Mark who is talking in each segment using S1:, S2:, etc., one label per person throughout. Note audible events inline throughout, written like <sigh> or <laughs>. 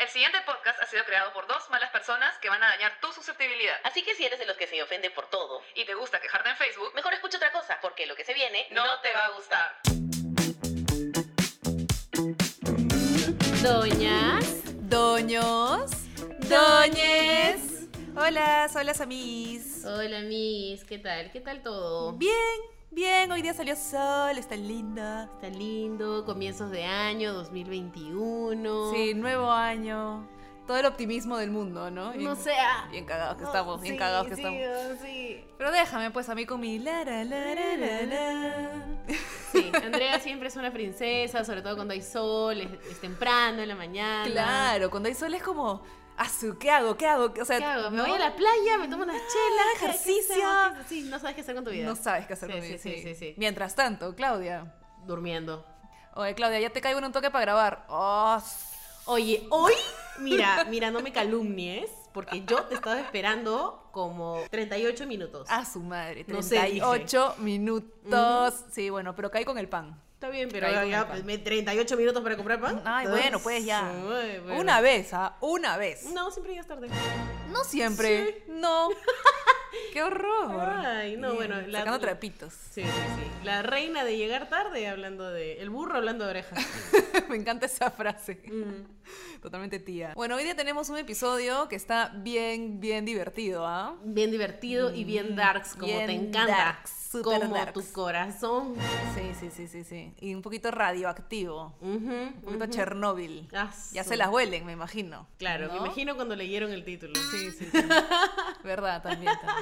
S1: El siguiente podcast ha sido creado por dos malas personas que van a dañar tu susceptibilidad.
S2: Así que si eres de los que se ofende por todo,
S1: Y te gusta quejarte en Facebook,
S2: mejor escucha otra cosa, porque lo que se viene
S1: no, te va a gustar.
S3: Doñas.
S4: Doños. Doñes. Hola, hola amis.
S3: Hola, mis. ¿Qué tal? ¿Qué tal todo?
S4: Bien, bien, hoy día salió sol, está linda.
S3: Está lindo, comienzos de año 2021.
S4: Sí, nuevo año. Todo el optimismo del mundo, ¿no?
S3: No ah,
S4: Bien-
S3: sea.
S4: Bien cagados que estamos, bien cagados que estamos.
S3: oh, Sí,
S4: Pero déjame pues a mí con mi la la la la la la.
S3: Mm. sí. Andrea siempre es una princesa, sobre todo cuando hay sol, es, es temprano en la mañana.
S4: Claro, cuando hay sol es como, "Azu, ¿qué hago? ¿Qué hago? O sea,
S3: ¿Qué hago? ¿Me
S4: ¿no?
S3: voy a la playa? ¿Me tomo unas
S4: Ah,
S3: chelas? ¿Qué- qué
S4: ejercicio.
S3: hacemos? ¿Qué- sí, no sabes qué hacer con tu vida.
S4: No sabes qué hacer
S3: Sí,
S4: con
S3: sí,
S4: mi-
S3: sí, sí, sí.
S4: Mientras tanto, Claudia.
S3: Durmiendo.
S4: Oye, Claudia, ya te caigo en un toque para grabar. Oh,
S3: Oye, hoy, mira, mira, no me calumnies, porque yo te estaba esperando como 38 minutos.
S4: A su madre,
S3: No sé, dije.
S4: 38 minutos. Sí, bueno, pero caí con el pan.
S3: Está bien, pero
S4: Ahí
S3: ya,
S4: con el pan.
S3: pues, me- 38 minutos para comprar pan.
S4: Ay,
S3: Entonces,
S4: bueno, pues ya.
S3: ay, bueno.
S4: Una vez, ¿ah? Una vez.
S3: No, siempre llegas tarde.
S4: No siempre.
S3: <laughs>
S4: No. Qué horror.
S3: Ay, no, bueno, la-
S4: Sacando trapitos. <laughs>
S3: Sí, sí, sí. La reina de llegar tarde hablando de... El burro hablando de
S4: <laughs>
S3: orejas.
S4: Me encanta esa frase.
S3: Mm.
S4: Totalmente tía. Bueno, hoy día tenemos un episodio que está bien, bien divertido, ¿ah?
S3: Bien divertido y bien darks, como
S4: Mm, Bien
S3: te encanta.
S4: darks, súper
S3: como
S4: darks.
S3: tu corazón.
S4: Sí, sí, sí, sí, sí. Y un poquito radioactivo.
S3: Ujú,
S4: Un poquito
S3: ujú.
S4: Chernóbil.
S3: Ah,
S4: Ya
S3: su-
S4: se las huelen, me imagino.
S3: Claro, me
S4: ¿no?
S3: imagino cuando leyeron el título.
S4: Sí, sí, sí. Verdad, también, también.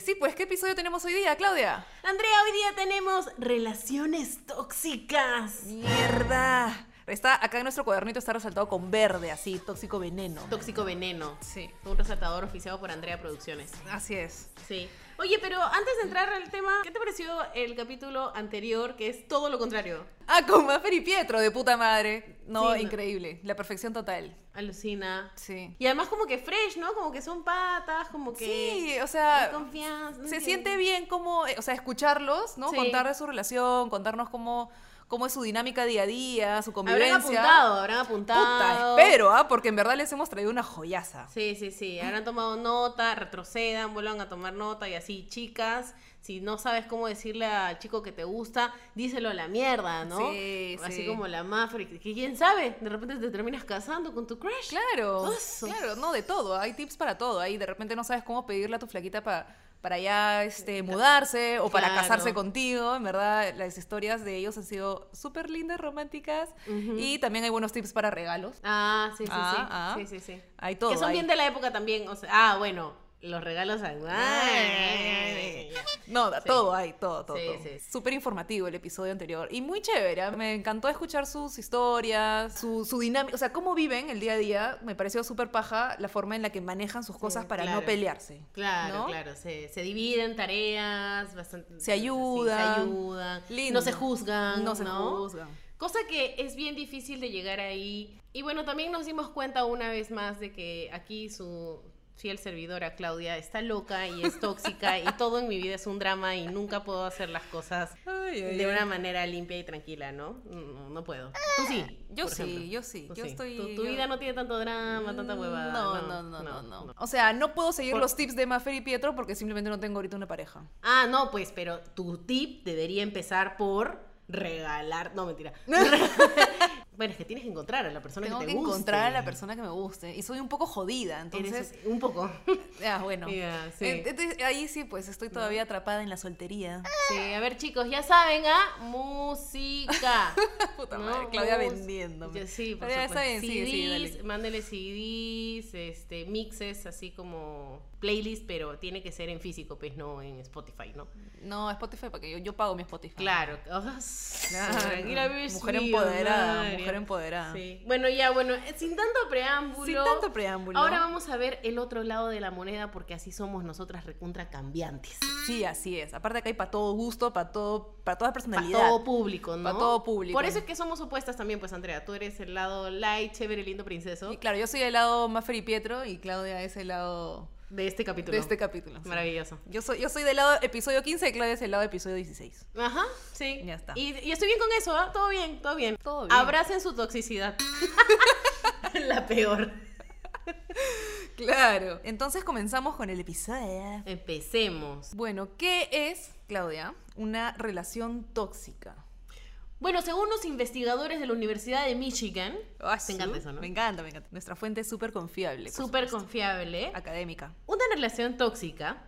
S4: Sí, pues, ¿qué episodio tenemos hoy día, Claudia?
S3: <laughs> Andrea, hoy día tenemos relaciones tóxicas.
S4: ¡Mierda! Está, acá en nuestro cuadernito está resaltado con verde, así, tóxico veneno.
S3: Tóxico veneno.
S4: Sí,
S3: Un resaltador oficiado por Andrea Producciones.
S4: así es.
S3: Sí. Oye, pero antes de entrar al tema, ¿qué te pareció el capítulo anterior que es todo lo contrario?
S4: Ah, con Maffer y Pietro, de puta madre. No,
S3: Sí, no.
S4: increíble. La perfección total.
S3: Alucina.
S4: Sí.
S3: Y además como que fresh, ¿no? Como que son patas, como que...
S4: Sí, o
S3: hay
S4: sea,
S3: confianza. no
S4: se
S3: entiendo.
S4: siente bien como, eh, o sea, escucharlos, ¿no?
S3: Sí.
S4: Contar de su relación, contarnos cómo, cómo es su dinámica día a día, su
S3: Habrán
S4: convivencia.
S3: apuntado, habrán
S4: Puta,
S3: apuntado.
S4: espero, ¿ah? Porque en verdad les hemos traído una joyaza.
S3: Sí, sí, sí. Habrán tomado nota, retrocedan, vuelvan a tomar nota y así, chicas. Si no sabes cómo decirle al chico que te gusta, díselo a la mierda, ¿no?
S4: Sí,
S3: Así
S4: sí.
S3: como la Mafre, que que quién sabe, de repente te terminas casando con tu crush.
S4: Claro,
S3: Oso.
S4: claro, no, de todo, hay tips para todo, ahí de repente no sabes cómo pedirle a tu flaquita pa- para ya este, mudarse o para
S3: Claro.
S4: casarse contigo, en verdad las historias de ellos han sido súper lindas, románticas
S3: Ujú.
S4: y también hay buenos tips para regalos,
S3: Ah, sí, sí, sí.
S4: Ah, ah.
S3: Sí, sí, sí.
S4: hay todo.
S3: que son
S4: hay-
S3: bien de la época también. O sea, ah, bueno, los regalos. Ay, ay,
S4: Eh.
S3: ay.
S4: No, da-
S3: Sí.
S4: todo hay, todo, todo.
S3: Sí,
S4: todo.
S3: sí.
S4: Súper informativo el episodio anterior y muy chévere, ¿ah? me encantó escuchar sus historias, su, su dinámica, o sea, cómo viven el día a día, me pareció súper paja la forma en la que manejan sus cosas para
S3: claro.
S4: no pelearse.
S3: Claro,
S4: ¿no?
S3: claro. Se, se dividen tareas, bastante.
S4: Se ayudan.
S3: sí, se ayudan.
S4: Lindo.
S3: Ah, No se juzgan.
S4: No se juzgan.
S3: Cosa que es bien difícil de llegar ahí. Y bueno, también nos dimos cuenta una vez más de que aquí su fiel servidora Claudia está loca y es tóxica y todo en mi vida es un drama y nunca puedo hacer las cosas de una manera limpia y tranquila, ¿no? No, no puedo. Tú sí.
S4: Yo
S3: Ah, por
S4: sí,
S3: ejemplo.
S4: yo sí,
S3: Tú
S4: yo estoy-
S3: Tu, tu
S4: yo-
S3: vida no tiene tanto drama, tanta huevada.
S4: Mm, No, no, no, no, no. O sea, no puedo seguir
S3: Por-
S4: los tips de Mafer y Pietro porque simplemente no tengo ahorita una pareja.
S3: Ah, no, pues, pero tu tip debería empezar por regalar. No, <laughs> mentira. bueno, es que tienes que encontrar a la persona
S4: Tengo
S3: que
S4: que,
S3: te guste.
S4: encontrar a la persona que me guste. Y soy un poco jodida, entonces...
S3: Entonces, un <laughs> poco.
S4: Ah, bueno.
S3: Ya, sí.
S4: Ent- entonces, ahí sí, pues estoy todavía atrapada en la soltería.
S3: Sí, a ver, chicos, ya saben, ¿ah? Música.
S4: <laughs> Puta madre, Claudia
S3: Mus-
S4: vendiéndome.
S3: Ya, Sí, por
S4: Pero ya
S3: supuesto.
S4: está bien, sigue, sigue, dale.
S3: CDs, mándele CDs, este, mixes, así como playlist, pero tiene que ser en físico, pues no en Spotify, ¿no?
S4: No, Spotify, porque yo, yo pago mi Spotify.
S3: Claro. Ah,
S4: Claro.
S3: tranquila, bitch,
S4: Mujer
S3: mi
S4: empoderada,
S3: madre.
S4: mujer empoderada.
S3: Sí. Bueno, ya, bueno, eh, sin tanto preámbulo.
S4: Sin tanto preámbulo.
S3: Ahora vamos a ver el otro lado de la moneda porque así somos nosotras recontra cambiantes.
S4: Sí, así es. Aparte acá hay para todo gusto, para todo, para toda
S3: Para
S4: personalidad.
S3: todo público, ¿no?
S4: Pa' todo público.
S3: Por eso es que somos opuestas también, pues, Andrea. Tú eres el lado light, chévere, lindo princeso
S4: Y claro, yo soy el lado Maffer y Pietro y Claudia es el lado
S3: de este capítulo.
S4: de este capítulo. sí.
S3: Maravilloso.
S4: Yo soy, yo soy del lado episodio 15 y Claudia es el lado episodio 16.
S3: Ajá, sí.
S4: Ya está. <laughs>
S3: Y, y estoy bien con eso, ¿ah? Todo bien, todo bien.
S4: Todo bien.
S3: Abracen su toxicidad. la la peor.
S4: Claro. Entonces comenzamos con el episodio.
S3: Empecemos.
S4: Bueno, ¿qué es, Claudia, una relación tóxica?
S3: Bueno, según los investigadores de la Universidad de Michigan,
S4: Ah,
S3: Te encanta
S4: sí.
S3: eso, ¿no?
S4: Me encanta, me encanta. Nuestra fuente es súper confiable. por
S3: súper
S4: supuesto.
S3: confiable,
S4: Académica.
S3: Una relación tóxica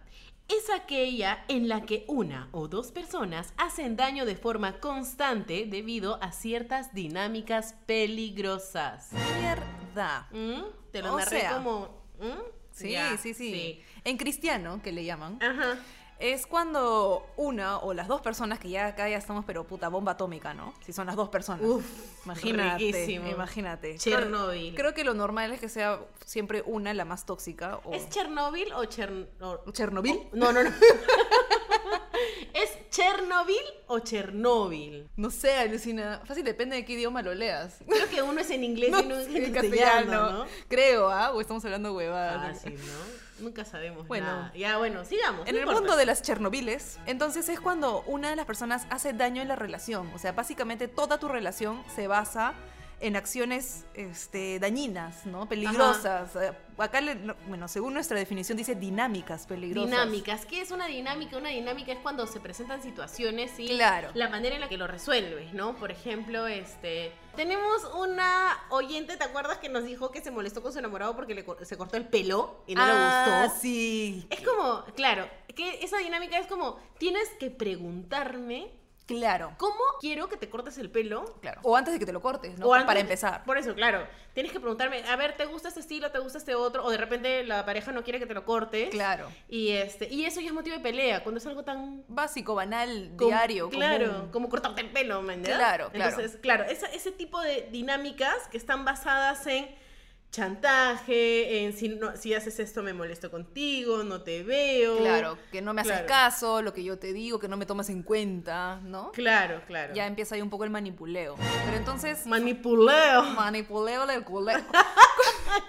S3: es aquella en la que una o dos personas hacen daño de forma constante debido a ciertas dinámicas peligrosas.
S4: Mierda.
S3: ¿Mm? Te lo
S4: O
S3: narré
S4: sea.
S3: como... ¿Mm?
S4: Sí,
S3: Ya,
S4: sí, sí, En cristiano, que le llaman,
S3: Ajá.
S4: es cuando una o las dos personas, que ya acá ya estamos, pero puta, bomba atómica, ¿no? Si son las dos personas.
S3: Uf,
S4: imagínate.
S3: riquísimo.
S4: Imagínate.
S3: Chernobyl.
S4: Creo que lo normal es que sea siempre una la más tóxica. O...
S3: ¿Es Chernobyl o Chern...
S4: <laughs>
S3: o-
S4: Chernobyl?
S3: No, no, <laughs> no. ¿Es Chernobyl o Chernobyl?
S4: No sé, alucina. Fácil, depende de qué idioma lo leas.
S3: Creo que uno es en inglés y uno es en castellano, ¿no?
S4: Creo, ¿ah? O estamos hablando huevadas.
S3: Fácil, Ah, ¿no? Nunca sabemos
S4: Ah, Bueno.
S3: nada. Ya, bueno, sigamos.
S4: En
S3: no
S4: el
S3: importa.
S4: mundo de las Chernobyles, entonces es cuando una de las personas hace daño en la relación. O sea, básicamente toda tu relación se basa en acciones este, dañas, ¿no? Peligrosas. Eh, Acá, le- no- bueno, según nuestra definición dice dinámicas peligrosas.
S3: Dinámicas. ¿Qué es una dinámica? Una dinámica es cuando se presentan situaciones y
S4: Claro.
S3: la manera en la que lo resuelves, ¿no? Por ejemplo, este. Tenemos una oyente, ¿te acuerdas que nos dijo que se molestó con su enamorado porque le co- se cortó el pelo y no
S4: ah,
S3: le gustó?
S4: sí.
S3: Es como, claro, que esa dinámica es como, tienes que preguntarme
S4: Claro.
S3: cómo quiero que te cortes el pelo.
S4: Claro. O antes de que te lo cortes, ¿no?
S3: O antes-
S4: Para empezar.
S3: Por eso, claro. Tienes que preguntarme, a ver, ¿te gusta este estilo? ¿Te gusta este otro? O de repente la pareja no quiere que te lo cortes.
S4: Claro.
S3: Y, este, y eso ya es motivo de pelea, cuando es algo tan...
S4: Básico, banal,
S3: com-
S4: diario.
S3: Claro,
S4: común.
S3: como cortarte el pelo, ¿me entiendes?
S4: Claro, claro.
S3: Entonces, claro, esa- ese tipo de dinámicas que están basadas en chantaje, en si, no- si haces esto me molesto contigo, no te veo.
S4: Claro, que no me haces
S3: Claro.
S4: caso, lo que yo te digo, que no me tomas en cuenta, ¿no?
S3: Claro, claro.
S4: Ya empieza ahí un poco el manipuleo. Pero entonces,
S3: Manipuleo. <laughs>
S4: manipuleo del <laughs> culeo.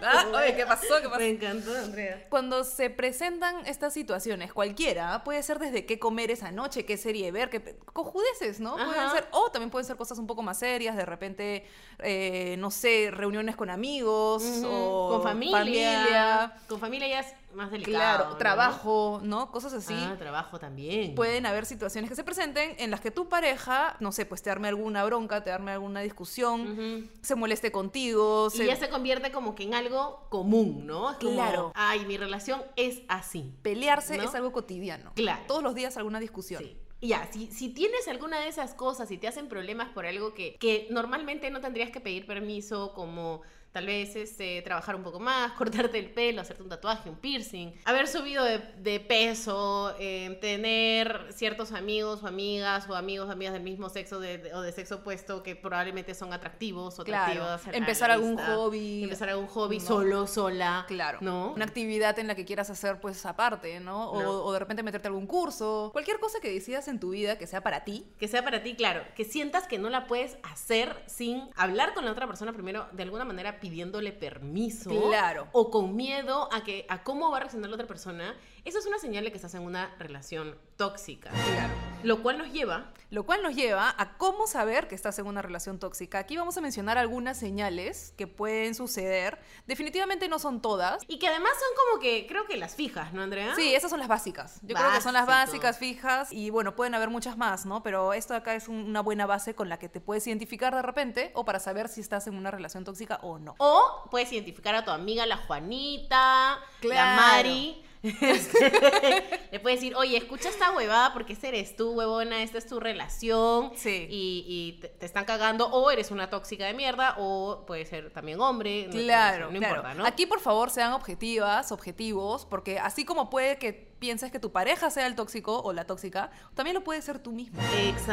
S4: Ah, Oye, ¿qué pasó? ¿Qué pasó?
S3: Me encantó, Andrea.
S4: Cuando se presentan estas situaciones, cualquiera, puede ser desde qué comer esa noche, qué serie ver, qué pe- cojudeces, ¿no? Pueden
S3: Ajá.
S4: ser, o también pueden ser cosas un poco más serias, de repente, eh, no sé, reuniones con amigos,
S3: Ujú.
S4: o
S3: con familia,
S4: familia,
S3: Con familia ya es más delicado.
S4: claro,
S3: ¿no?
S4: trabajo, ¿no? Cosas así.
S3: Ah, trabajo también.
S4: Pueden haber situaciones que se presenten en las que tu pareja, no sé, pues te arme alguna bronca, te arme alguna discusión,
S3: Ujú.
S4: se moleste contigo,
S3: Y ya se convierte como que en algo común, ¿no? Es como,
S4: Claro.
S3: Ay, mi relación es así.
S4: pelearse
S3: ¿No?
S4: es algo cotidiano.
S3: Claro.
S4: Todos los días alguna discusión.
S3: Sí. Y ya, si, si tienes alguna de esas cosas y te hacen problemas por algo que, que normalmente no tendrías que pedir permiso, como tal vez este, trabajar un poco más, <laughs> cortarte el pelo, hacerte un tatuaje, un piercing, haber subido de, de peso, eh, tener ciertos amigos o amigas o amigos o amigas del mismo sexo de- de- o de sexo opuesto que probablemente son atractivos o
S4: Claro.
S3: atractivas. a la
S4: Empezar algún
S3: vista,
S4: hobby.
S3: Empezar algún hobby
S4: No.
S3: solo, sola.
S4: Claro.
S3: ¿No?
S4: Una actividad en la que quieras hacer pues aparte, ¿no? O,
S3: No.
S4: o de repente meterte a algún curso. Cualquier cosa que decidas en tu vida que sea para ti.
S3: Que sea para ti, claro, que sientas que no la puedes hacer sin hablar con la otra persona primero, de alguna manera pidiéndole permiso.
S4: Claro.
S3: O con miedo a que a cómo va a reaccionar la otra persona. Eso es una señal de que estás en una relación tóxica.
S4: Claro.
S3: Lo cual nos lleva.
S4: Lo cual nos lleva a cómo saber que estás en una relación tóxica. Aquí vamos a mencionar algunas señales que pueden suceder. Definitivamente no son todas.
S3: Y que además son como que, creo que las fijas, ¿no, Andrea?
S4: Sí, esas son las básicas. Yo creo que son las
S3: Básico.
S4: básicas fijas y bueno, pueden haber muchas más, ¿no? Pero esto de acá es un- una buena base con la que te puedes identificar de repente o para saber si estás en una relación tóxica o no.
S3: O puedes identificar a tu amiga, la Juanita, la
S4: Claro.
S3: Mari. <laughs> Le puedes decir, oye, escucha esta huevada porque ese eres tú, huevona, esta es tu relación.
S4: Sí.
S3: Y, y te, te están cagando, o eres una tóxica de mierda, o puede ser también hombre. no-
S4: Claro,
S3: No, no
S4: claro.
S3: importa, ¿no?
S4: Aquí por favor sean objetivas, objetivos, porque así como puede que pienses que tu pareja sea el tóxico o la tóxica, también lo puedes ser tú mismo. ¿no?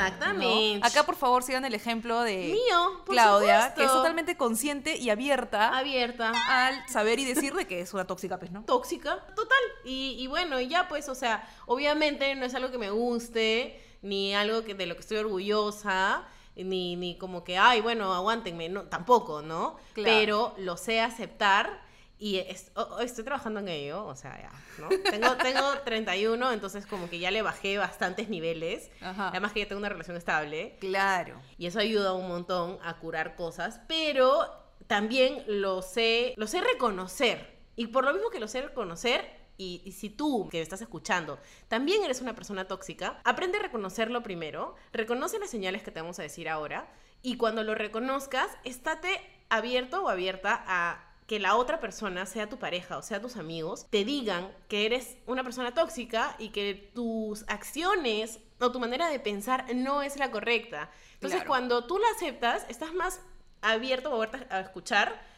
S3: Exactamente.
S4: Acá por favor sigan el ejemplo de
S3: Mío, por
S4: Claudia, que es
S3: supuesto.
S4: totalmente consciente y abierta
S3: Abierta.
S4: al saber y decir de que es una tóxica, pues, ¿no?
S3: tóxica, total. Y, y bueno, y ya pues, o sea, obviamente no es algo que me guste, ni algo que, de lo que estoy orgullosa, ni, ni como que, ay, bueno, aguántenme, no, tampoco, ¿no?
S4: Claro.
S3: Pero lo sé aceptar y es- o- o estoy trabajando en ello, o sea, ya, ¿no? Tengo, tengo 31, entonces como que ya le bajé bastantes niveles,
S4: Ajá.
S3: además que ya tengo una relación estable.
S4: Claro.
S3: Y eso ayuda un montón a curar cosas, pero también lo sé, lo sé reconocer. Y por lo mismo que lo sé reconocer, y, y si tú que estás escuchando también eres una persona tóxica, aprende a reconocerlo primero, reconoce las señales que te vamos a decir ahora, y cuando lo reconozcas, estate abierto o abierta a que la otra persona, sea tu pareja o sea tus amigos, te digan que eres una persona tóxica y que tus acciones o tu manera de pensar no es la correcta. Entonces,
S4: Claro.
S3: cuando tú la aceptas, estás más abierto o abierta a escuchar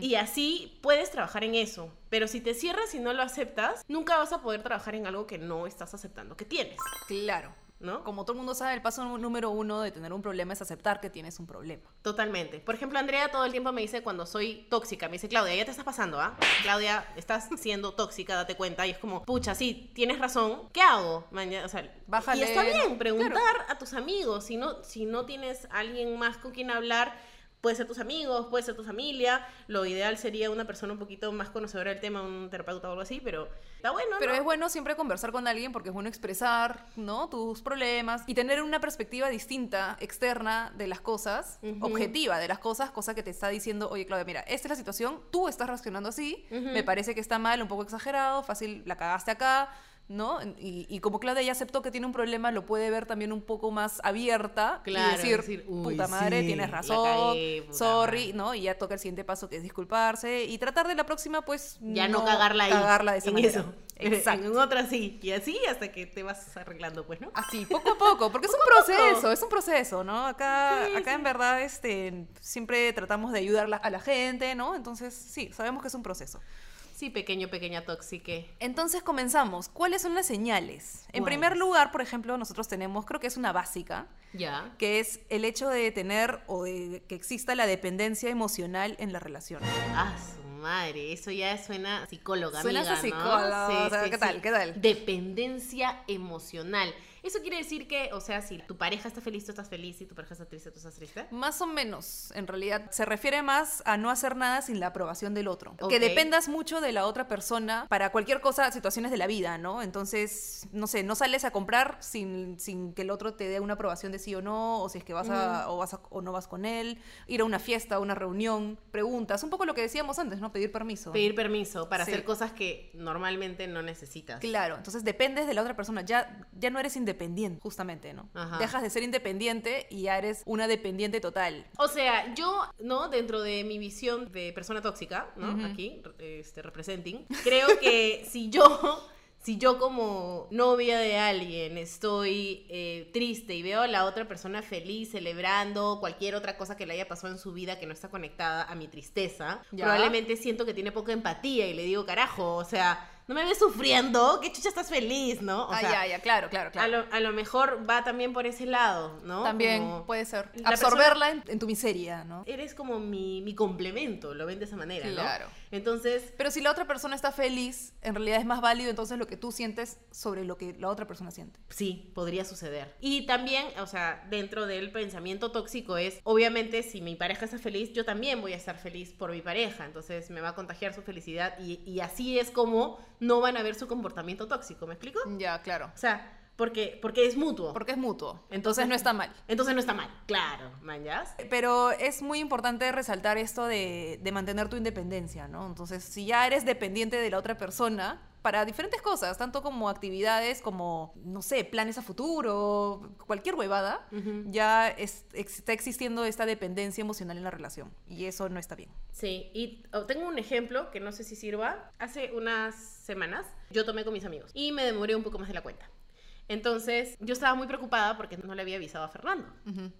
S3: y así puedes trabajar en eso. Pero si te cierras y no lo aceptas, nunca vas a poder trabajar en algo que no estás aceptando que tienes,
S4: Claro.
S3: ¿no?
S4: Como todo el mundo sabe, el paso nu- número uno de tener un problema es aceptar que tienes un problema.
S3: Totalmente. Por ejemplo, Andrea todo el tiempo me dice cuando soy tóxica, me dice, Claudia, ya te estás pasando, ¿ah? Claudia, estás siendo tóxica, date cuenta. Y es como, pucha, sí, tienes razón, ¿qué hago? Maña- o sea,
S4: Bájale.
S3: Y está bien preguntar
S4: Claro.
S3: a tus amigos, si no, si no tienes alguien más con quien hablar. Puede ser tus amigos, puede ser tu familia. Lo ideal sería una persona un poquito más conocedora del tema, un terapeuta o algo así, pero está bueno. ¿no?
S4: Pero es bueno siempre conversar con alguien porque es bueno expresar, ¿no? Tus problemas y tener una perspectiva distinta, externa de las cosas,
S3: Ujú.
S4: objetiva de las cosas, cosa que te está diciendo, oye, Claudia, mira, esta es la situación, tú estás reaccionando así,
S3: Ujú.
S4: me parece que está mal, un poco exagerado, fácil, la cagaste acá, ¿no? Y, y como Claudia ya aceptó que tiene un problema, lo puede ver también un poco más abierta y
S3: Claro,
S4: decir,
S3: decir, "Uy,
S4: puta madre,
S3: sí,
S4: tienes
S3: la
S4: razón,
S3: cagué, puta
S4: sorry,
S3: madre".
S4: ¿no? Y ya toca el siguiente paso que es disculparse y tratar de la próxima, pues,
S3: ya no, cagarla ahí.
S4: cagarla de esa
S3: en
S4: manera.
S3: Eso. <laughs>
S4: Exacto.
S3: En otra sí. Y así hasta que te vas arreglando, pues, ¿no?
S4: Así, poco a poco, porque es un proceso, es un proceso, ¿no? Acá, acá en verdad, este, siempre tratamos de ayudar la- a la gente, ¿no? Entonces, sí, sabemos que es un proceso.
S3: Sí, pequeño, pequeña tóxique.
S4: Entonces comenzamos. ¿Cuáles son las señales? En primer
S3: ¿Cuáles?
S4: lugar, por ejemplo, nosotros tenemos, creo que es una básica,
S3: Ya.
S4: que es el hecho de tener o de que exista la dependencia emocional en la relación.
S3: Ah, su madre. Eso ya suena a psicóloga,
S4: Suena
S3: amiga,
S4: a psicóloga,
S3: ¿no?
S4: o sea, ¿qué tal, qué tal?
S3: Dependencia emocional. Eso quiere decir que, o sea, si tu pareja está feliz, tú estás feliz. Si tu pareja está triste, tú estás triste.
S4: Más o menos, en realidad, se refiere más a no hacer nada sin la aprobación del otro.
S3: Ok.
S4: Que dependas mucho de la otra persona para cualquier cosa, situaciones de la vida, ¿no? Entonces, no sé, no sales a comprar sin, sin que el otro te dé una aprobación de sí o no, o si es que vas a, o vas a- o no vas con él, ir a una fiesta, a una reunión, preguntas, un poco lo que decíamos antes, ¿no? Pedir permiso.
S3: Pedir permiso para
S4: Sí.
S3: hacer cosas que normalmente no necesitas.
S4: Claro, entonces dependes de la otra persona, ya, ya no eres independiente, justamente, ¿no?
S3: Ajá.
S4: Dejas de ser independiente y ya eres una dependiente total.
S3: O sea, yo, ¿no? Dentro de mi visión de persona tóxica, ¿no?
S4: Ujú.
S3: Aquí, re- este, representing, creo
S4: <laughs>
S3: que si yo, si yo como novia de alguien estoy eh, triste y veo a la otra persona feliz, celebrando cualquier otra cosa que le haya pasado en su vida que no está conectada a mi tristeza,
S4: Ya.
S3: probablemente siento que tiene poca empatía y le digo, carajo, o sea, no me ves sufriendo, qué chucha estás feliz, ¿no? O
S4: ah,
S3: sea,
S4: ya, ya, claro, claro, claro.
S3: A, lo, a lo mejor va también por ese lado, ¿no?
S4: También
S3: Como-
S4: puede ser.
S3: la
S4: Absorberla en, en tu miseria, ¿no?
S3: eres como mi, mi complemento, lo ven de esa manera, ¿no?
S4: Claro.
S3: Entonces,
S4: Pero si la otra persona está feliz, en realidad es más válido entonces lo que tú sientes sobre lo que la otra persona siente.
S3: sí, podría suceder. Y también, o sea, dentro del pensamiento tóxico es, obviamente, si mi pareja está feliz, yo también voy a estar feliz por mi pareja, entonces me va a contagiar su felicidad y, y así es como no van a ver su comportamiento tóxico, ¿me explico?
S4: Ya, claro.
S3: O sea, porque, porque es mutuo.
S4: Porque es mutuo. Entonces
S3: Entonces-
S4: no está mal.
S3: Entonces no está mal, claro, manjas.
S4: Pero es muy importante resaltar esto de, de mantener tu independencia, ¿no? Entonces, si ya eres dependiente de la otra persona para diferentes cosas, tanto como actividades, como, no sé, planes a futuro, cualquier huevada,
S3: Ujú.
S4: ya es- está existiendo esta dependencia emocional en la relación. Y eso no está bien.
S3: Sí, y oh, tengo un ejemplo que no sé si sirva. Hace unas semanas yo tomé con mis amigos y me demoré un poco más de la cuenta. Entonces yo estaba muy preocupada porque no le había avisado a Fernando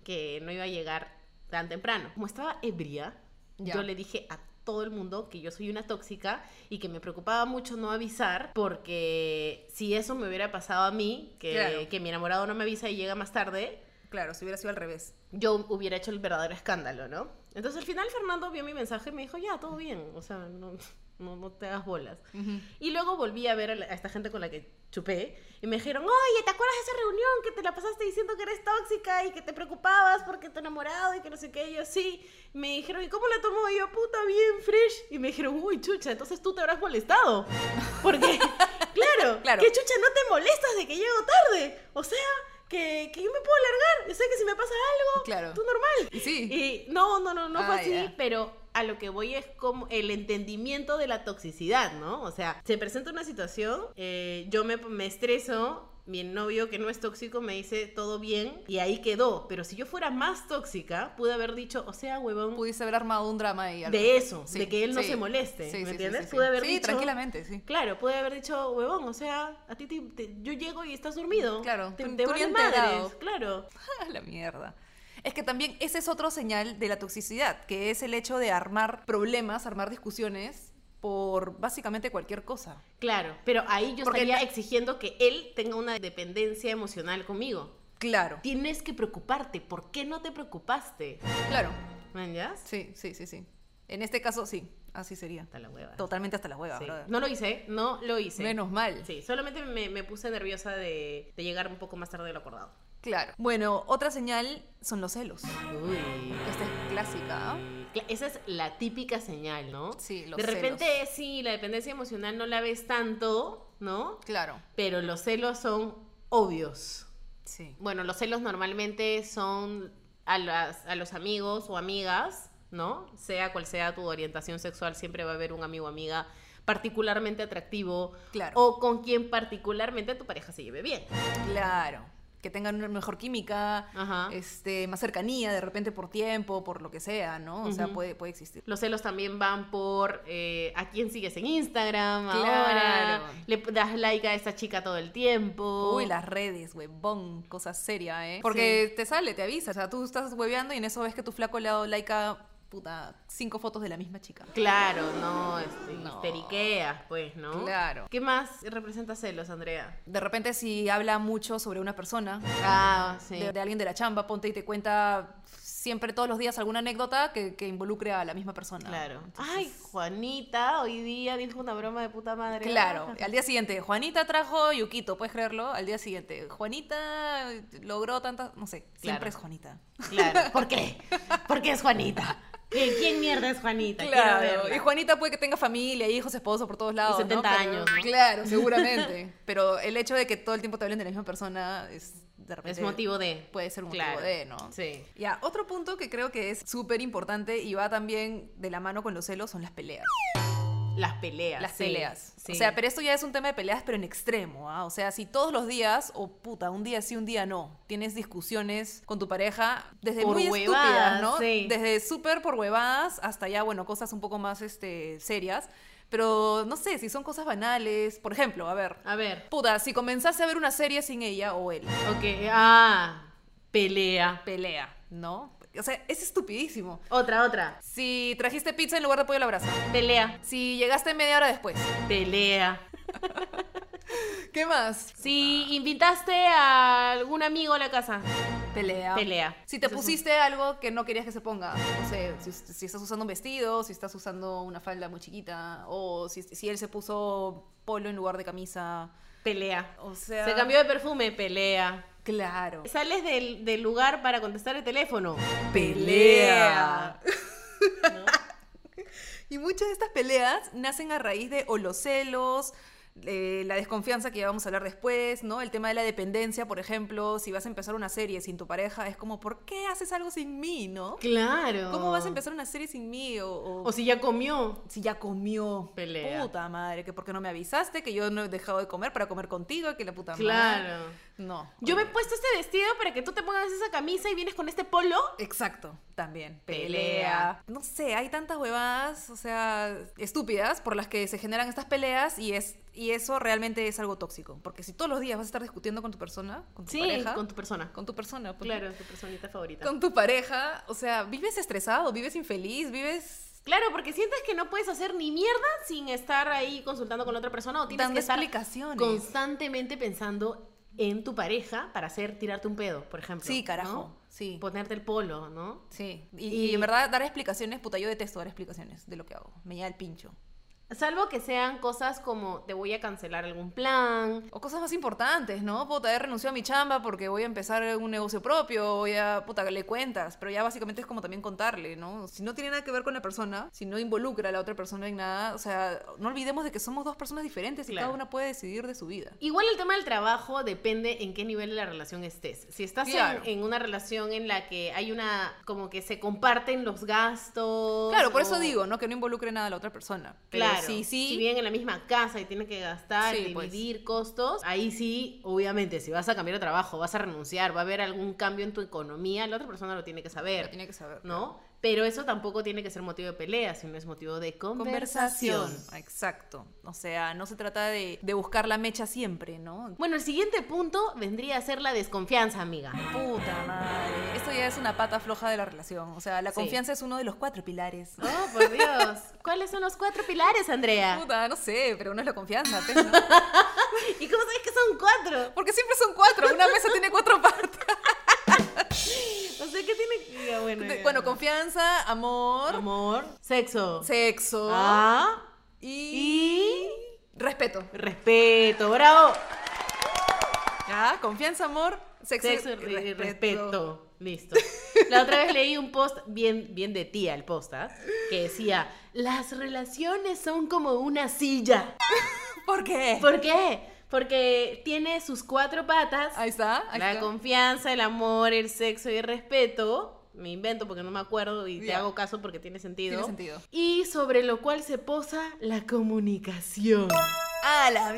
S3: que no iba a llegar tan temprano. Como estaba ebria,
S4: Ya.
S3: yo le dije a todo el mundo que yo soy una tóxica y que me preocupaba mucho no avisar porque si eso me hubiera pasado a mí, que,
S4: Claro.
S3: que mi enamorado no me avisa y llega más tarde,
S4: Claro, si hubiera sido al revés.
S3: yo hubiera hecho el verdadero escándalo, ¿no? Entonces al final Fernando vio mi mensaje y me dijo, ya, todo bien, o sea, no, no, no te hagas bolas. Y luego volví a ver a, la- a esta gente con la que chupé y me dijeron, oye, ¿te acuerdas de esa reunión que te la pasaste diciendo que eres tóxica y que te preocupabas porque tu enamorado y que no sé qué? Y yo sí. Me dijeron, ¿y cómo la tomó? Y yo, puta, bien, fresh. Y me dijeron, uy, chucha, entonces tú te habrás molestado. Porque, claro,
S4: Claro.
S3: que chucha, no te molestas de que llego tarde. O sea, que, que yo me puedo largar. O sea, que si me pasa algo,
S4: Claro.
S3: tú normal.
S4: Y sí.
S3: Y no, no, no, no fue
S4: Ah,
S3: así,
S4: ya.
S3: pero a lo que voy es como el entendimiento de la toxicidad, ¿no? O sea, se presenta una situación, eh, yo me, me estreso. Mi novio, que no es tóxico, me dice todo bien y ahí quedó. Pero si yo fuera más tóxica, pude haber dicho, o sea, huevón,
S4: Pudiste haber armado un drama ahí. al
S3: de
S4: respecto.
S3: eso,
S4: Sí,
S3: de que él no
S4: sí.
S3: se moleste.
S4: Sí, sí,
S3: ¿Me
S4: sí,
S3: entiendes?
S4: sí, sí.
S3: Pude haber
S4: Sí,
S3: dicho.
S4: tranquilamente, sí.
S3: Claro, pude haber dicho, huevón, o sea, a ti te- te- yo llego y estás dormido.
S4: Claro,
S3: te,
S4: tú-
S3: te
S4: tú ni
S3: vale
S4: enterado.
S3: madres, claro.
S4: A "Ah, la mierda. Es que también ese es otro señal de la toxicidad, que es el hecho de armar problemas, armar discusiones por básicamente cualquier cosa.
S3: Claro, pero ahí yo
S4: Porque
S3: estaría
S4: ta-
S3: exigiendo que él tenga una dependencia emocional conmigo.
S4: Claro,
S3: Tienes que preocuparte, ¿por qué no te preocupaste?
S4: claro.
S3: ¿Me entiendes?
S4: Sí, sí, sí, sí. En este caso, sí, así sería.
S3: Hasta la hueva.
S4: Totalmente hasta las huevas,
S3: Sí.
S4: brother.
S3: No lo hice, no lo hice.
S4: Menos mal.
S3: Sí, solamente me, me puse nerviosa de, de llegar un poco más tarde de lo acordado.
S4: Claro. Bueno, otra señal son los celos.
S3: Uy.
S4: Esta es clásica. ¿ah?
S3: Cla- Esa es la típica señal, ¿no?
S4: Sí, los
S3: De
S4: celos.
S3: repente, sí, la dependencia emocional no la ves tanto, ¿no?
S4: Claro.
S3: Pero los celos son obvios.
S4: Sí.
S3: Bueno, los celos normalmente son a, las- a los amigos o amigas, ¿no? Sea cual sea tu orientación sexual, siempre va a haber un amigo o amiga particularmente atractivo
S4: Claro.
S3: o con quien particularmente tu pareja se lleve bien.
S4: Claro. Que tengan una mejor química,
S3: Ajá.
S4: este, más cercanía, de repente por tiempo, por lo que sea, ¿no? O sea,
S3: Ujú.
S4: puede, puede existir.
S3: Los celos también van por eh, a quién sigues en Instagram
S4: Claro.
S3: ahora, le p- das like a esta chica todo el tiempo.
S4: Uy, las redes, huevón, cosa seria, ¿eh? Porque te sale, te avisa, o sea, tú estás hueveando y en eso ves que tu flaco le ha dado like a, puta, cinco fotos de la misma chica.
S3: Claro, no, este,
S4: No.
S3: histeriqueas, pues, ¿no?
S4: Claro.
S3: ¿Qué más representa celos, Andrea?
S4: De repente si habla mucho sobre una persona,
S3: Ah, sí.
S4: de, de alguien de la chamba, ponte y te cuenta siempre todos los días alguna anécdota que, que involucre a la misma persona.
S3: Claro.
S4: Entonces-
S3: Ay, Juanita, hoy día dijo una broma de puta madre. <laughs>
S4: Claro, al día siguiente, Juanita trajo Yuquito, ¿puedes creerlo? Al día siguiente, Juanita logró tantas, no sé, siempre
S3: Claro.
S4: es Juanita.
S3: Claro. <laughs> ¿Por qué? ¿Por qué es Juanita? ¿Qué- ¿Quién mierda es Juanita? Quiero
S4: Claro,
S3: verla.
S4: y Juanita puede que tenga familia, hijos, esposo por todos lados. ¿no?
S3: 70
S4: Pero-
S3: años, ¿no? <laughs>
S4: Claro, seguramente. Pero el hecho de que todo el tiempo te hablen de la misma persona es de repente.
S3: Es motivo de.
S4: Puede ser un motivo
S3: Claro.
S4: de, ¿no?
S3: Sí.
S4: Ya, otro punto que creo que es súper importante y va también de la mano con los celos son las peleas.
S3: Las peleas.
S4: Las
S3: sí,
S4: peleas.
S3: sí.
S4: O sea, pero esto ya es un tema de peleas, pero en extremo, ¿ah? O sea, si todos los días, o puta, un día sí, un día no, tienes discusiones con tu pareja desde
S3: Por
S4: muy estúpidas,
S3: huevadas,
S4: ¿no?
S3: sí.
S4: Desde súper por huevadas hasta ya, bueno, cosas un poco más este, serias. Pero no sé, si son cosas banales. Por ejemplo, a ver.
S3: A ver.
S4: Puta, si comenzase a ver una serie sin ella o él,
S3: Ok. Ah, pelea.
S4: pelea, ¿no? O sea, es estupidísimo.
S3: Otra, otra.
S4: Si trajiste pizza en lugar de pollo a la brasa.
S3: Pelea.
S4: Si llegaste media hora después.
S3: Pelea.
S4: ¿Qué más?
S3: Si invitaste a algún amigo a la casa.
S4: Pelea.
S3: Pelea.
S4: Si te
S3: Eso es un-
S4: pusiste algo que no querías que se ponga, no sé, si, si estás usando un vestido, si estás usando una falda muy chiquita, o si, si él se puso polo en lugar de camisa,
S3: Pelea.
S4: o sea...
S3: Se cambió de perfume. Pelea.
S4: Claro.
S3: Sales del, del lugar para contestar el teléfono.
S4: Pelea. <laughs> Y muchas de estas peleas nacen a raíz de o los celos, eh, la desconfianza que ya vamos a hablar después, ¿no? El tema de la dependencia, por ejemplo, si vas a empezar una serie sin tu pareja, es como, ¿por qué haces algo sin mí, no?
S3: Claro.
S4: ¿Cómo vas a empezar una serie sin mí? O, o-
S3: O si ya comió.
S4: si ya comió.
S3: Pelea.
S4: Puta madre, que por qué no me avisaste, que yo no he dejado de comer para comer contigo, que la puta madre.
S3: Claro.
S4: No.
S3: Yo me he puesto este vestido para que tú te pongas esa camisa y vienes con este polo.
S4: Exacto, también.
S3: Pelea.
S4: No sé, hay tantas huevadas, o sea, estúpidas por las que se generan estas peleas y es y eso realmente es algo tóxico, porque si todos los días vas a estar discutiendo con tu persona, con tu pareja,
S3: con tu persona.
S4: con tu persona, pues,
S3: Claro, tu personita favorita.
S4: con tu pareja, o sea, vives estresado, vives infeliz, vives
S3: Claro, porque sientes que no puedes hacer ni mierda sin estar ahí consultando con la otra persona o tienes
S4: dando
S3: que estar
S4: explicaciones.
S3: constantemente pensando en tu pareja para hacer tirarte un pedo, por ejemplo.
S4: Sí, carajo,
S3: ¿no?
S4: sí.
S3: Ponerte el polo, ¿no?
S4: Sí, y,
S3: Y-
S4: y en verdad dar explicaciones, puta, yo detesto dar explicaciones de lo que hago. Me llega el pincho.
S3: Salvo que sean cosas como te voy a cancelar algún plan.
S4: O cosas más importantes, ¿no? Puta, he renunciado a mi chamba porque voy a empezar un negocio propio, voy a, puta, le cuentas, pero ya básicamente es como también contarle, ¿no? Si no tiene nada que ver con la persona, si no involucra a la otra persona en nada, o sea, no olvidemos de que somos dos personas diferentes y
S3: Claro.
S4: cada una puede decidir de su vida.
S3: Igual el tema del trabajo depende en qué nivel de la relación estés. Si estás en-
S4: Claro.
S3: en, una relación en la que hay una, como que se comparten los gastos.
S4: Claro, por
S3: o-
S4: eso digo, ¿no? Que no involucre nada a la otra persona. Pero
S3: Claro,
S4: sí, sí.
S3: si viven en la misma casa y tienen que gastar,
S4: Sí, pues.
S3: dividir costos, ahí sí, obviamente, si vas a cambiar de trabajo, vas a renunciar, va a haber algún cambio en tu economía, la otra persona lo tiene que
S4: Pero
S3: saber,
S4: tiene que saber.
S3: ¿no? Pero eso tampoco tiene que ser motivo de pelea, sino es motivo de conversación.
S4: Conversación. Exacto. O sea, no se trata de, de buscar la mecha siempre, ¿no?
S3: Bueno, el siguiente punto vendría a ser la desconfianza, amiga.
S4: Puta madre. Esto ya es una pata floja de la relación. O sea, la
S3: Sí.
S4: confianza es uno de los cuatro pilares.
S3: Oh, por Dios. ¿Cuáles son los cuatro pilares, Andrea?
S4: Puta, no sé, pero no es la confianza. pues, <laughs> ¿no?
S3: ¿Y cómo sabes que son cuatro?
S4: Porque siempre son cuatro. Una mesa tiene cuatro partes.
S3: No sé qué tiene que... Bueno, ya.
S4: Bueno, confianza, amor,
S3: Amor, sexo.
S4: sexo
S3: Ah,
S4: y...
S3: y...
S4: respeto.
S3: Respeto, bravo.
S4: Ah, confianza, amor, sexo,
S3: Sexo, re- respeto. Listo. La otra vez leí un post bien, bien de tía, el post, ¿ah? que decía, las relaciones son como una silla.
S4: ¿Por qué?
S3: ¿Por qué? Porque tiene sus cuatro patas.
S4: Ahí está. ahí
S3: La
S4: está.
S3: confianza, el amor, el sexo y el respeto. Me invento porque no me acuerdo y te
S4: Ya.
S3: hago caso porque tiene sentido.
S4: Tiene sentido.
S3: Y sobre lo cual se posa la comunicación.
S4: ¡A la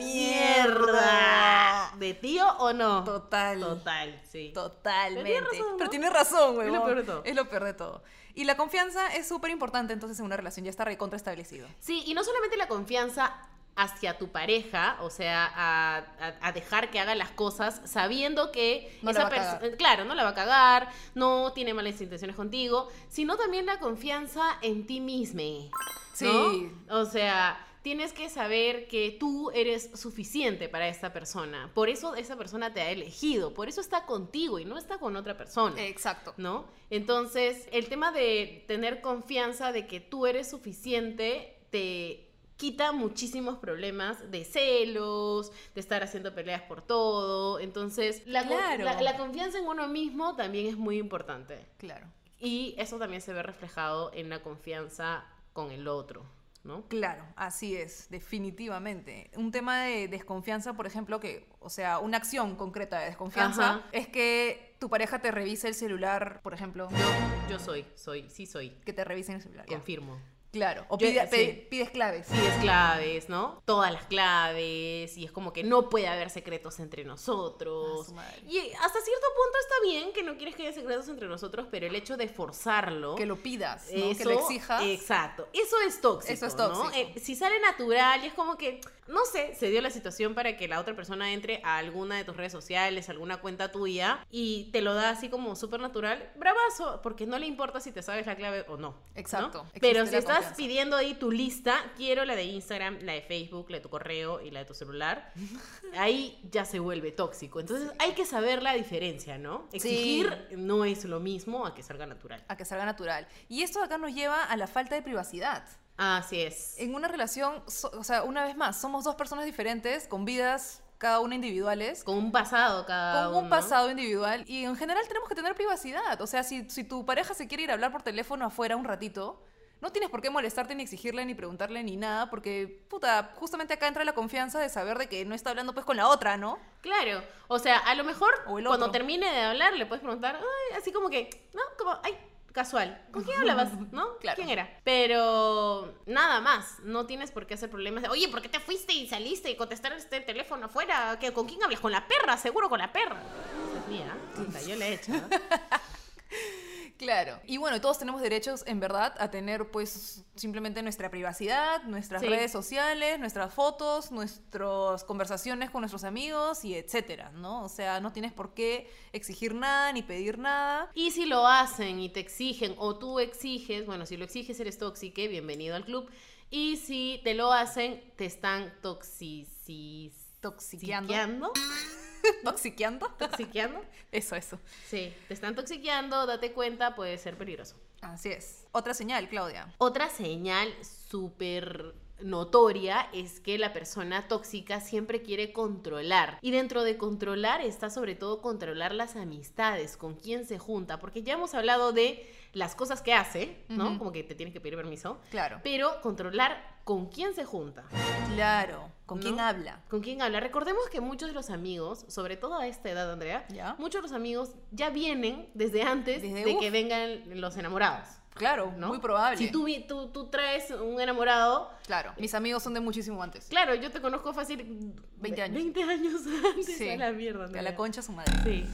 S4: mierda!
S3: ¿De tío o no?
S4: Total.
S3: Total, sí.
S4: Totalmente.
S3: Pero tiene razón, ¿no?
S4: Pero tiene razón,
S3: Es
S4: huevón.
S3: lo peor de todo.
S4: Es lo peor de todo. Y la confianza es súper importante entonces en una relación. Ya está recontra establecido.
S3: Sí, y no solamente la confianza hacia tu pareja, o sea, a, a- a dejar que haga las cosas sabiendo que
S4: No la va a
S3: perso-
S4: cagar.
S3: claro, no la va a cagar, no tiene malas intenciones contigo, sino también la confianza en ti misma. ¿no?
S4: Sí.
S3: O sea, tienes que saber que tú eres suficiente para esta persona. Por eso esa persona te ha elegido, por eso está contigo y no está con otra persona.
S4: Exacto.
S3: ¿no? Entonces, el tema de tener confianza de que tú eres suficiente te quita muchísimos problemas de celos, de estar haciendo peleas por todo. Entonces, la, con-
S4: Claro.
S3: la- la confianza en uno mismo también es muy importante.
S4: Claro.
S3: Y eso también se ve reflejado en la confianza con el otro, ¿no?
S4: Claro, así es, definitivamente. Un tema de desconfianza, por ejemplo, que, o sea, una acción concreta de desconfianza
S3: Ajá.
S4: es que tu pareja te revise el celular, por ejemplo,
S3: Yo soy, soy, sí soy.
S4: que te revisen el celular. ya.
S3: Confirmo.
S4: Claro. O
S3: Yo-
S4: pide-
S3: sí.
S4: pe- pides claves.
S3: pides claves, ¿no? Todas las claves, y es como que no puede haber secretos entre
S4: Ah,
S3: nosotros.
S4: su madre.
S3: Y hasta cierto punto está bien que no quieres que haya secretos entre nosotros, pero el hecho de forzarlo...
S4: Que lo pidas, ¿no? que lo
S3: eso-
S4: exijas.
S3: Exacto. Eso es tóxico.
S4: Eso es
S3: ¿no?
S4: tóxico.
S3: Eh, si sale natural y es como que, no sé, se dio la situación para que la otra persona entre a alguna de tus redes sociales, alguna cuenta tuya, y te lo da así como súper natural, bravazo, porque no le importa si te sabes la clave o no. ¿no?
S4: Exacto.
S3: Pero
S4: Existe
S3: si
S4: la
S3: estás
S4: confianza.
S3: pidiendo ahí tu lista, quiero la de Instagram, la de Facebook, la de tu correo y la de tu
S4: <laughs>
S3: celular, ahí ya se vuelve tóxico. Entonces hay que saber la diferencia, ¿no? Exigir no es lo mismo a que salga natural.
S4: a que salga natural. Y esto de acá nos lleva a la falta de privacidad.
S3: Así es.
S4: En una relación, so- o sea, una vez más, somos dos personas diferentes, con vidas cada una individuales,
S3: Con un pasado cada
S4: con
S3: uno.
S4: un pasado individual y en general tenemos que tener privacidad. O sea, si, si tu pareja se quiere ir a hablar por teléfono afuera un ratito, no tienes por qué molestarte ni exigirle ni preguntarle ni nada porque, puta, justamente acá entra la confianza de saber de que no está hablando pues con la otra, ¿no?
S3: Claro. O sea, a lo mejor
S4: O el otro.
S3: cuando termine de hablar le puedes preguntar, "Ay", así como que, ¿no? Como, ay, casual. ¿Con quién
S4: <laughs>
S3: hablabas? ¿No?
S4: Claro.
S3: ¿Quién era? Pero nada más. No tienes por qué hacer problemas de, oye, ¿por qué te fuiste y saliste y contestaron este teléfono afuera? ¿Qué- ¿Con quién hablas? Con la perra, seguro con la perra. Dios mía, puta, yo le he hecho. ¿no?
S4: Claro. Y bueno, todos tenemos derechos, en verdad, a tener pues simplemente nuestra privacidad, nuestras
S3: Sí.
S4: redes sociales, nuestras fotos, nuestras conversaciones con nuestros amigos y etcétera, ¿no? O sea, no tienes por qué exigir nada ni pedir nada.
S3: Y si lo hacen y te exigen o tú exiges, bueno, si lo exiges eres tóxico, bienvenido al club. Y si te lo hacen, te están toxiqueando.
S4: Toxiqueando. <laughs> Toxiqueando.
S3: ¿Toxiqueando?
S4: Eso, eso.
S3: Sí, te están toxiqueando, date cuenta, puede ser peligroso.
S4: Así es. Otra señal, Claudia.
S3: Otra señal súper notoria es que la persona tóxica siempre quiere controlar. Y dentro de controlar está sobre todo controlar las amistades, con quién se junta, porque ya hemos hablado de las cosas que hace, ¿no?
S4: Ujú.
S3: Como que te tienen que pedir permiso,
S4: Claro.
S3: pero controlar con quién se junta.
S4: Claro. ¿Con
S3: ¿No?
S4: quién habla?
S3: ¿Con quién habla? Recordemos que muchos de los amigos, sobre todo a esta edad, Andrea,
S4: ¿Ya?
S3: muchos de los amigos ya vienen desde antes
S4: Desde,
S3: de
S4: uf.
S3: que vengan los enamorados.
S4: Claro,
S3: ¿no?
S4: muy probable.
S3: Si tú, vi- tú, tú traes un enamorado,
S4: Claro, mis amigos son de muchísimo antes.
S3: claro, yo te conozco fácil
S4: 20 años.
S3: 20 años <laughs> antes
S4: Sí.
S3: a la mierda.
S4: A
S3: Andrea.
S4: la concha su madre.
S3: Sí.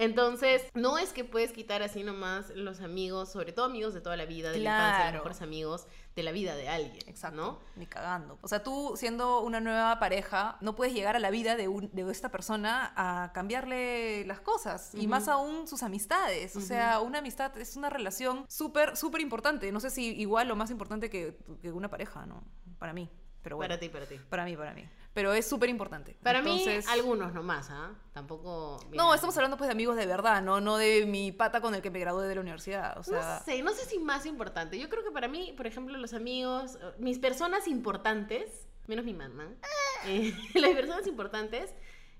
S3: Entonces, no es que puedes quitar así nomás los amigos, sobre todo amigos de toda la vida, de la infancia, los
S4: Claro.
S3: mejores amigos de la vida de alguien.
S4: Exacto.
S3: ¿No?
S4: Ni cagando. O sea, tú siendo una nueva pareja, no puedes llegar a la vida de, un- de esta persona a cambiarle las cosas. Y
S3: Ujú.
S4: más aún sus amistades. O sea, una amistad es una relación súper, súper importante. No sé si igual o más importante que, que una pareja, ¿no? Para mí. Pero bueno.
S3: Para ti, para ti.
S4: Para mí, para mí. Pero es súper importante.
S3: Para
S4: Entonces-
S3: mí, algunos nomás, ¿ah? Tampoco. mira,
S4: No, estamos hablando pues de amigos de verdad, ¿no? No de mi pata con el que me gradué de la universidad. O sea,
S3: no sé, no sé si más importante. Yo creo que para mí, por ejemplo, los amigos, eh, mis personas importantes, menos mi mamá,
S4: Ah.
S3: eh, <laughs> las personas importantes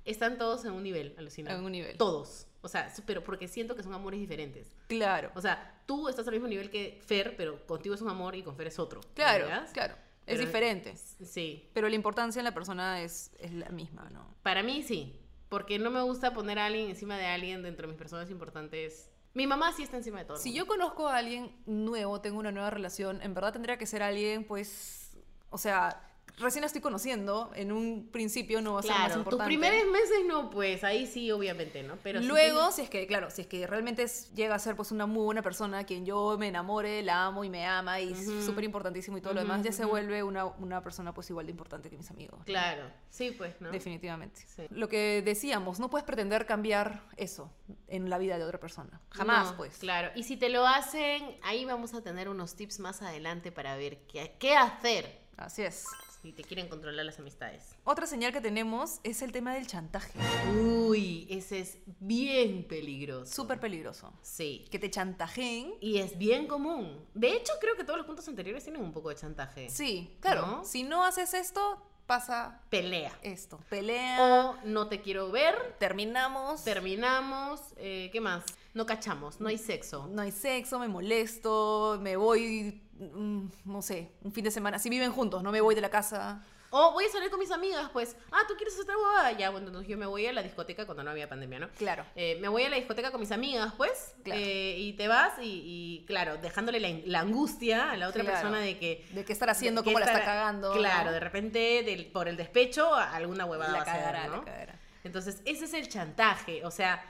S3: están todos en un nivel,
S4: a
S3: alucinado.
S4: algún nivel.
S3: Todos. O sea, s- pero porque siento que son amores diferentes.
S4: Claro.
S3: O sea, tú estás al mismo nivel que Fer, pero contigo es un amor y con Fer es otro.
S4: Claro,
S3: ¿Veas?
S4: claro.
S3: Pero-
S4: es diferente.
S3: Sí.
S4: Pero la importancia en la persona es, es la misma, ¿no?
S3: Para mí sí. Porque no me gusta poner a alguien encima de alguien dentro de mis personas importantes. Mi mamá sí está encima de todo. el
S4: Si
S3: mundo.
S4: yo conozco a alguien nuevo, tengo una nueva relación, en verdad tendría que ser alguien, pues, o sea, recién la estoy conociendo, en un principio no va a ser más
S3: Claro, tus
S4: importante.
S3: primeros meses no, pues ahí sí, obviamente, ¿no? Pero sí
S4: Luego, si es que, claro, si es que realmente es- llega a ser pues una muy buena persona, quien yo me enamore, la amo y me ama, y
S3: Ujú.
S4: es súper importantísimo y todo lo
S3: Ujú,
S4: demás, ya se
S3: ujú.
S4: vuelve una, una persona pues igual de importante que mis amigos.
S3: tienes- Claro, sí, pues, ¿no?
S4: Definitivamente.
S3: Sí.
S4: Lo que decíamos, no puedes pretender cambiar eso en la vida de otra persona. Jamás,
S3: No,
S4: pues.
S3: Claro, y si te lo hacen, ahí vamos a tener unos tips más adelante para ver qué, qué hacer
S4: Así es.
S3: si te quieren controlar las amistades.
S4: Otra señal que tenemos es el tema del chantaje.
S3: Uy, ese es bien peligroso.
S4: Súper peligroso.
S3: Sí.
S4: Que te chantajeen.
S3: Y es bien común. De hecho, creo que todos los puntos anteriores tienen un poco de chantaje.
S4: Sí, claro.
S3: ¿No?
S4: Si no haces esto, pasa
S3: Pelea.
S4: esto. Pelea,
S3: O no te quiero ver,
S4: terminamos,
S3: terminamos, eh, ¿qué más? No cachamos, no hay sexo.
S4: no hay sexo, me molesto, me voy, mm, no sé, un fin de semana. Si viven juntos, no me voy de la casa.
S3: O voy a salir con mis amigas, pues, ah, tú quieres hacer otra huevada. Ya, bueno, entonces yo me voy a la discoteca cuando no había pandemia, ¿no?
S4: Claro.
S3: Eh, me voy a la discoteca con mis amigas, pues,
S4: Claro.
S3: eh, y te vas y, y, claro, dejándole la, la angustia a la otra
S4: Claro.
S3: persona de que...
S4: ¿De qué estar haciendo?
S3: de que
S4: ¿Cómo la está
S3: esta-
S4: cagando?
S3: Claro,
S4: ¿no?
S3: de repente, del- por el despecho, a- alguna huevada va
S4: la
S3: a hacer,
S4: cagará,
S3: ¿no?
S4: la cagará.
S3: Entonces, ese es el chantaje, o sea,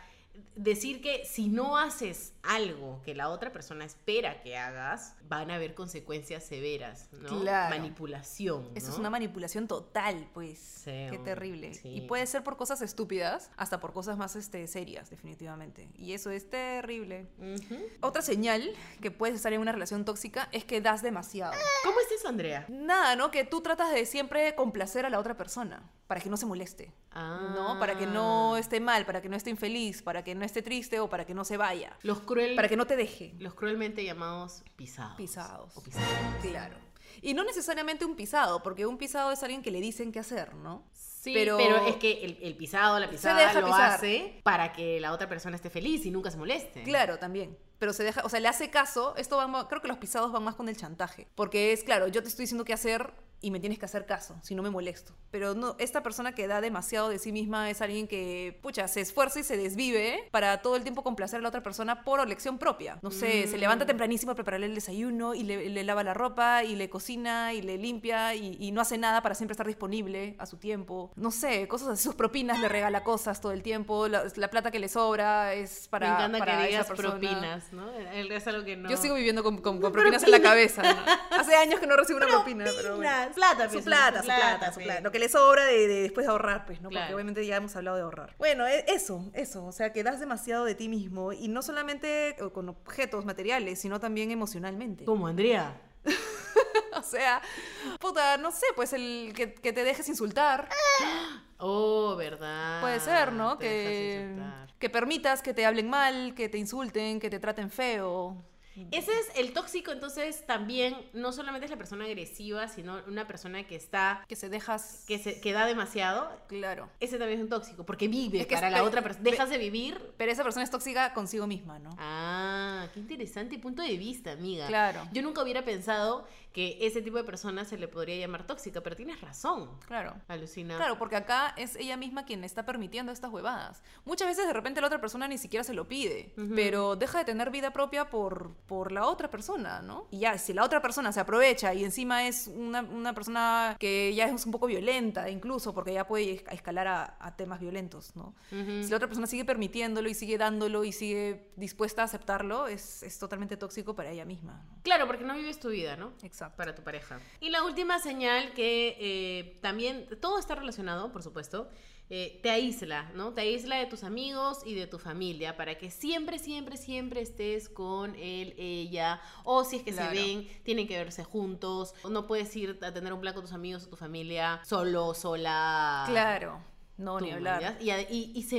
S3: decir que si no haces algo que la otra persona espera que hagas, van a haber consecuencias severas, ¿no?
S4: Claro.
S3: Manipulación,
S4: Eso es
S3: ¿no?
S4: una manipulación total, pues.
S3: Sí,
S4: Qué
S3: hombre,
S4: terrible. Y
S3: sí.
S4: puede ser por cosas estúpidas, hasta por cosas más este, serias, definitivamente. Y eso es terrible.
S3: Ujú.
S4: Otra señal que puedes estar en una relación tóxica es que das demasiado.
S3: ¿Cómo es eso, Andrea?
S4: Nada, ¿no? Que tú tratas de siempre complacer a la otra persona para que no se moleste. ¿No? Para que no
S3: Ah.
S4: esté mal, para que no esté infeliz, para que no esté triste o para que no se vaya.
S3: Los cruel...
S4: Para que no te deje.
S3: Los cruelmente llamados pisados.
S4: Pisados.
S3: O pisados.
S4: Claro. Y no necesariamente un pisado, porque un pisado es alguien que le dicen qué hacer, ¿no?
S3: Sí,
S4: Pero-
S3: pero, es que el, el pisado, la pisada
S4: deja
S3: lo
S4: pisar.
S3: hace para que la otra persona esté feliz y nunca se moleste.
S4: Claro, también. Pero se deja, o sea, le hace caso. Esto va, más- creo que los pisados van más con el chantaje. Porque es, claro, yo te estoy diciendo qué hacer y me tienes que hacer caso, si no me molesto. Pero no, esta persona que da demasiado de sí misma es alguien que, pucha, se esfuerza y se desvive para todo el tiempo complacer a la otra persona por elección propia. No sé, se levanta tempranísimo a prepararle el desayuno y le, le lava la ropa y le cocina y le limpia y, y no hace nada para siempre estar disponible a su tiempo. No sé, cosas así, sus propinas le regala cosas todo el tiempo, la, la plata que le sobra es para
S3: Me encanta
S4: para
S3: que
S4: esa
S3: digas
S4: persona.
S3: propinas, ¿no? Es algo que no.
S4: Yo sigo viviendo con, con- con propinas en la cabeza. ¿no? Hace años que no recibo una propina. pero bueno.
S3: Propinas, plata,
S4: Su
S3: pues,
S4: plata, su plata, su
S3: pues.
S4: plata. Lo que le sobra de, de después de ahorrar, pues, ¿no? Porque
S3: Claro.
S4: obviamente ya hemos hablado de ahorrar. Bueno, e- eso, eso. O sea, que das demasiado de ti mismo y no solamente eh, con objetos materiales, sino también emocionalmente.
S3: Como Andrea.
S4: O sea, puta, no sé, pues el que, que te dejes insultar.
S3: Oh, verdad.
S4: Puede ser, ¿no?
S3: Ah, Te dejas
S4: Que,
S3: insultar.
S4: que permitas que te hablen mal, que te insulten, que te traten feo.
S3: Ese es el tóxico, entonces también no solamente es la persona agresiva, sino una persona que está,
S4: Que se deja...
S3: que, se, que da demasiado.
S4: Claro.
S3: Ese también es un tóxico, porque vive
S4: Es que
S3: para
S4: es
S3: la
S4: pe-
S3: otra persona.
S4: pe-
S3: Dejas de vivir.
S4: Pero esa persona es tóxica consigo misma, ¿no?
S3: Ah, qué interesante punto de vista, amiga.
S4: Claro.
S3: Yo nunca hubiera pensado que ese tipo de persona se le podría llamar tóxica, pero tienes razón.
S4: Claro.
S3: Alucina.
S4: Claro, porque acá es ella misma quien está permitiendo estas huevadas. Muchas veces de repente la otra persona ni siquiera se lo pide,
S3: Ujú.
S4: pero deja de tener vida propia por, por la otra persona, ¿no? Y ya, si la otra persona se aprovecha y encima es una, una persona que ya es un poco violenta incluso, porque ya puede es- escalar a, a temas violentos, ¿no?
S3: Ujú.
S4: Si la otra persona sigue permitiéndolo y sigue dándolo y sigue dispuesta a aceptarlo, es, es totalmente tóxico para ella misma. ¿no?
S3: Claro, porque no vives tu vida, ¿no?
S4: Exacto.
S3: Para tu pareja. Y la última señal que eh, también, todo está relacionado, por supuesto, eh, te aísla, ¿no? Te aísla de tus amigos y de tu familia para que siempre, siempre, siempre estés con él, ella, o si es que
S4: Claro.
S3: se ven, tienen que verse juntos, o no puedes ir a tener un plan con tus amigos o tu familia solo, sola.
S4: Claro. No,
S3: Tú,
S4: ni hablar.
S3: ¿ya? Y, ade- y- y se-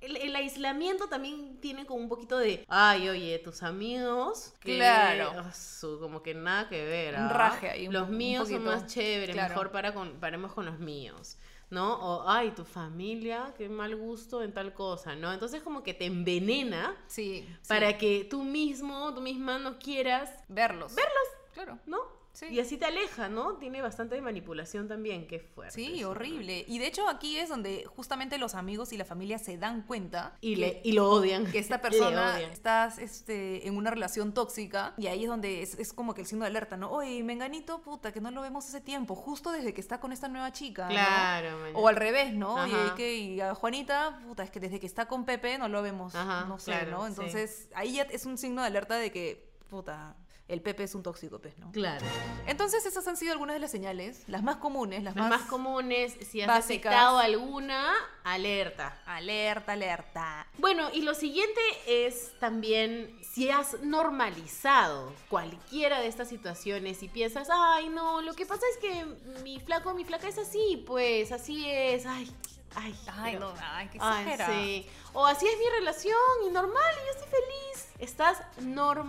S3: el, el aislamiento también tiene como un poquito de, ay, oye, tus amigos, que-
S4: Claro.
S3: ah, su- como que nada que ver.
S4: Un
S3: ¿ah?
S4: raje ahí, un-
S3: Los
S4: un
S3: míos son
S4: poquito.
S3: más chéveres,
S4: Claro.
S3: mejor para con, paremos con los míos. ¿No? O, ay, tu familia, qué mal gusto en tal cosa, ¿no? Entonces como que te envenena
S4: Sí. sí.
S3: para que tú mismo, tú misma no quieras,
S4: verlos. Verlos. Claro.
S3: ¿no?
S4: Sí.
S3: Y así te aleja, ¿no? Tiene bastante de manipulación también, qué fuerte.
S4: Sí,
S3: eso, ¿no?
S4: horrible. Y de hecho aquí es donde justamente los amigos y la familia se dan cuenta
S3: Y, le, y lo odian.
S4: que esta
S3: <laughs> Le
S4: persona
S3: odian.
S4: está este, en una relación tóxica y ahí es donde es, es como que el signo de alerta, ¿no? Oye, menganito, puta, que no lo vemos hace tiempo, justo desde que está con esta nueva chica. ¿no?
S3: Claro, maña.
S4: O al revés, ¿no? Oye,
S3: Ajá.
S4: ¿y qué? Y a Juanita, puta, es que desde que está con Pepe no lo vemos,
S3: Ajá,
S4: no sé,
S3: claro,
S4: ¿no?
S3: sí.
S4: Entonces ahí ya es un signo de alerta de que, puta, el Pepe es un tóxico, pues, ¿no?
S3: Claro.
S4: Entonces esas han sido algunas de las señales, las más comunes, las,
S3: Las más,
S4: más
S3: comunes, si has
S4: básicas.
S3: detectado alguna, alerta.
S4: Alerta, alerta.
S3: Bueno, y lo siguiente es también si has normalizado cualquiera de estas situaciones y piensas, ay, no, lo que pasa es que mi flaco, mi flaca es así, pues, así es, ay, ay.
S4: Ay,
S3: pero-
S4: no, ay, qué
S3: Ay,
S4: exagera.
S3: sí. O así es mi relación y normal y yo estoy feliz. Estás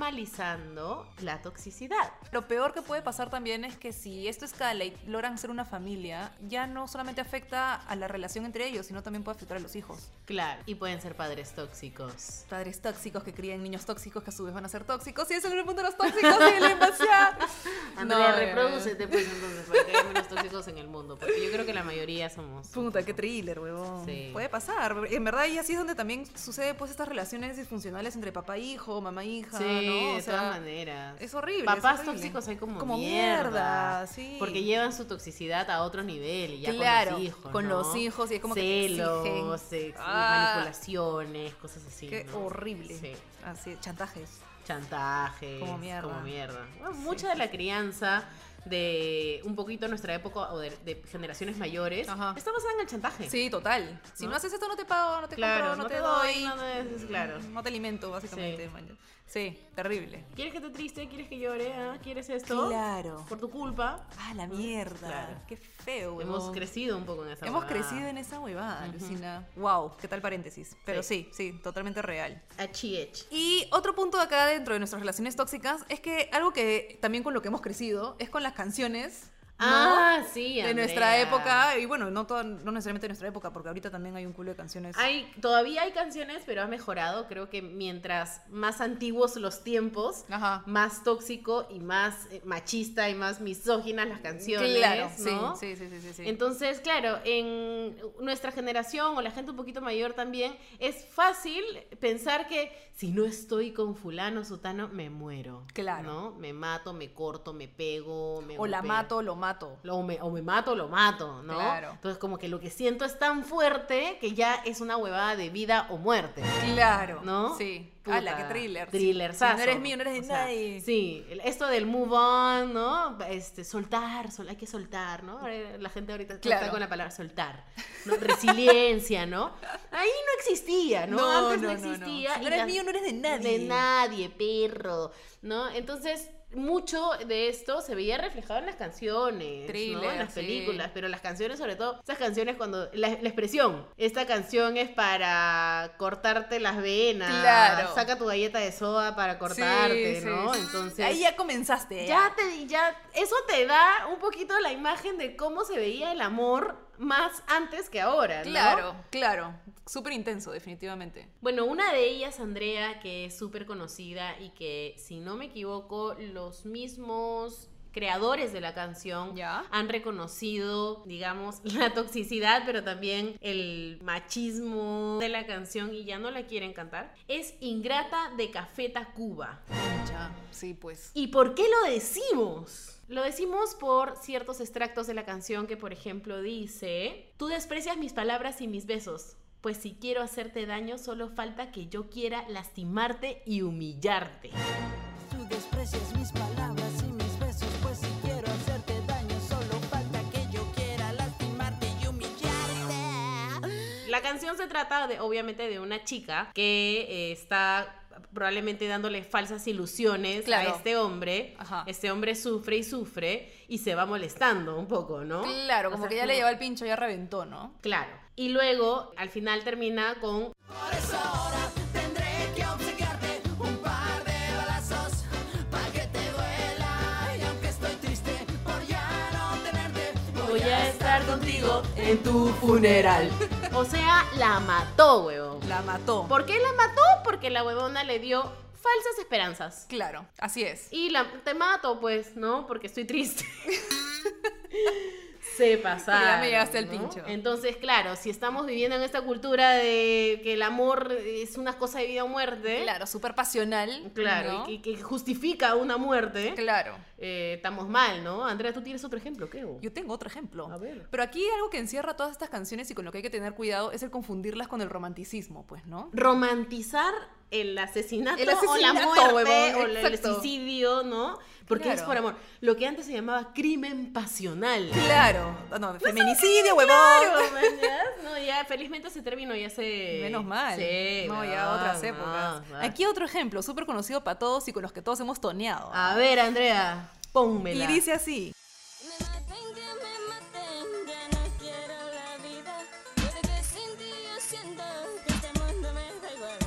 S3: normalizando la toxicidad.
S4: Lo peor que puede pasar también es que si esto escala y logran ser una familia, ya no solamente afecta a la relación entre ellos, sino también puede afectar a los hijos.
S3: Claro. Y pueden ser padres tóxicos.
S4: Padres tóxicos que crían niños tóxicos que a su vez van a ser tóxicos. Y ese es el punto de los tóxicos y la infancia.
S3: Andrea,
S4: No,
S3: reprodúcete pues entonces para que haya menos tóxicos en el mundo, porque yo creo que la mayoría somos.
S4: <laughs> Puta, qué thriller, huevón.
S3: Sí.
S4: Puede pasar. En verdad, y así es donde también sucede pues estas relaciones disfuncionales entre papá e hijo, mamá e hija,
S3: Sí,
S4: ¿no? O
S3: de
S4: sea,
S3: todas maneras.
S4: Es horrible. es
S3: Papás
S4: horrible.
S3: tóxicos hay como,
S4: Como
S3: mierda,
S4: mierda, sí.
S3: porque llevan su toxicidad a otro nivel y ya
S4: Claro,
S3: con los hijos,
S4: con
S3: ¿no?
S4: los hijos y es como que te
S3: celos,
S4: exigen.
S3: ex-
S4: Ah.
S3: manipulaciones, cosas así.
S4: Qué
S3: ¿no?
S4: horrible.
S3: Sí.
S4: Así, chantajes.
S3: chantajes,
S4: Como mierda.
S3: mierda. Bueno, mucha de la crianza de un poquito nuestra época o de, de generaciones mayores
S4: Ajá.
S3: está basada en el chantaje.
S4: Sí, total. Si no,
S3: ¿No?
S4: haces esto, no te pago, no te
S3: Claro,
S4: compro, no, te, doy. Mm,
S3: no te- es- claro.
S4: No te alimento, básicamente.
S3: Sí.
S4: man. Sí, terrible.
S3: ¿Quieres que te triste? ¿Quieres que llore? ¿Ah? ¿Quieres esto?
S4: Claro.
S3: Por tu culpa.
S4: Ah, la mierda.
S3: Claro.
S4: Qué feo, huevón.
S3: Hemos crecido un poco en esa
S4: Hemos
S3: huevada.
S4: crecido en esa huevada, Lucina. Wow, qué tal paréntesis. Pero sí, sí, totalmente real.
S3: Achiech.
S4: Y otro punto acá dentro de nuestras relaciones tóxicas es que algo que también con lo que hemos crecido es con las canciones. ¿no?
S3: Ah, sí,
S4: de
S3: Andrea.
S4: nuestra época y bueno, no, todo- no necesariamente de nuestra época, porque ahorita también hay un culo de canciones.
S3: Hay, todavía hay canciones, pero ha mejorado. Creo que mientras más antiguos los tiempos,
S4: Ajá.
S3: más tóxico y más eh, machista y más misóginas las canciones,
S4: Claro,
S3: ¿no?
S4: sí, sí, sí, sí, sí.
S3: Entonces, claro, en nuestra generación o la gente un poquito mayor también, es fácil pensar que si no estoy con fulano, sutano, me muero.
S4: Claro.
S3: ¿No? Me mato, me corto, me pego, me
S4: o la
S3: golpeo.
S4: mato, lo mato.
S3: Lo- O me, o me mato, lo mato, ¿no?
S4: Claro.
S3: Entonces, como que lo que siento es tan fuerte que ya es una huevada de vida o muerte.
S4: Claro.
S3: ¿no?
S4: Sí.
S3: Puta,
S4: Ala, qué thriller. sí.
S3: Thriller,
S4: Si no eres mío, no eres de nadie.
S3: Sí, el- esto del move on, ¿no? Este, soltar, sol- hay que soltar, ¿no? Ahora La gente ahorita
S4: Claro.
S3: está con la palabra soltar, ¿no? Resiliencia, ¿no? Ahí no existía, ¿no? Antes no, existía.
S4: Si
S3: y
S4: no eres
S3: las-
S4: mío, no eres de nadie.
S3: De nadie, perro, ¿no? Entonces, mucho de esto se veía reflejado en las canciones, ¿no?
S4: Thriller,
S3: en las
S4: sí.
S3: películas, pero las canciones sobre todo, esas canciones cuando la, la expresión, esta canción es para cortarte las venas,
S4: Claro.
S3: saca tu galleta de soda para cortarte,
S4: sí,
S3: ¿no?
S4: sí.
S3: Entonces
S4: Ahí ya comenzaste.
S3: ya te ya eso te da un poquito la imagen de cómo se veía el amor más antes que ahora, ¿no?
S4: Claro, claro. Súper intenso, definitivamente.
S3: Bueno, una de ellas, Andrea, que es súper conocida y que, si no me equivoco, los mismos creadores de la canción
S4: Ya.
S3: han reconocido, digamos, <laughs> la toxicidad, pero también el machismo de la canción y ya no la quieren cantar, es Ingrata de Cafeta Cuba.
S4: Ya, sí, pues.
S3: ¿Y por qué lo decimos? Lo decimos por ciertos extractos de la canción que, por ejemplo, dice, tú desprecias mis palabras y mis besos, pues si quiero hacerte daño solo falta que yo quiera lastimarte y humillarte.
S5: Tú desprecias mis palabras y mis besos, pues si quiero hacerte daño, solo falta que yo quiera lastimarte y humillarte.
S3: La canción se trata de, obviamente, de una chica que eh, está probablemente dándole falsas ilusiones
S4: Claro.
S3: a este hombre.
S4: Ajá.
S3: Este hombre sufre y sufre y se va molestando un poco, ¿no?
S4: Claro,
S3: O
S4: como
S3: sea,
S4: que ya
S3: es
S4: le lleva el pincho, ya reventó, ¿no?
S3: Claro. Y luego, al final termina con
S5: Por eso ahora tendré que obsequiarte un par de balazos para que te duela. Y aunque estoy triste por ya no tenerte,
S3: Voy a estar contigo en tu funeral. O sea, la mató, huevón.
S4: La mató.
S3: ¿Por qué la mató? Porque la huevona le dio falsas esperanzas.
S4: Claro, así es.
S3: Y la, te mato, pues, ¿no? Porque estoy <laughs> triste. Se pasaron.
S4: Ya me llegaste al
S3: ¿no?
S4: pincho.
S3: Entonces, claro, si estamos viviendo en esta cultura de que el amor es una cosa de vida o muerte.
S4: ¿Eh? Claro, súper pasional.
S3: Claro,
S4: ¿no?
S3: y que, que justifica una muerte.
S4: Claro.
S3: eh, estamos mal, ¿no? Andrea, tú tienes otro ejemplo, creo.
S4: Yo tengo otro ejemplo.
S3: A ver.
S4: Pero aquí algo que encierra todas estas canciones y con lo que hay que tener cuidado es el confundirlas con el romanticismo, pues, ¿no?
S3: romantizar el asesinato,
S4: El
S3: o la
S4: asesinato,
S3: muerte
S4: huevón,
S3: o la- el
S4: exacto.
S3: suicidio, ¿no? Porque es
S4: Claro.
S3: por amor. Lo que antes se llamaba crimen pasional.
S4: Claro. Ah, No, feminicidio, huevón.
S3: Claro, mañas. No, ya felizmente se terminó, ya se.
S4: Menos mal.
S3: Eh, Sí,
S4: no, ya
S3: huevón,
S4: otras
S3: no,
S4: épocas.
S3: no.
S4: Aquí otro ejemplo, súper conocido para todos y con los que todos hemos toneado.
S3: A ver, Andrea, pónmela.
S4: y dice así.
S6: Me maten, que me maten, ya no quiero la vida. Porque sin ti yo siento que este mundo me da igual.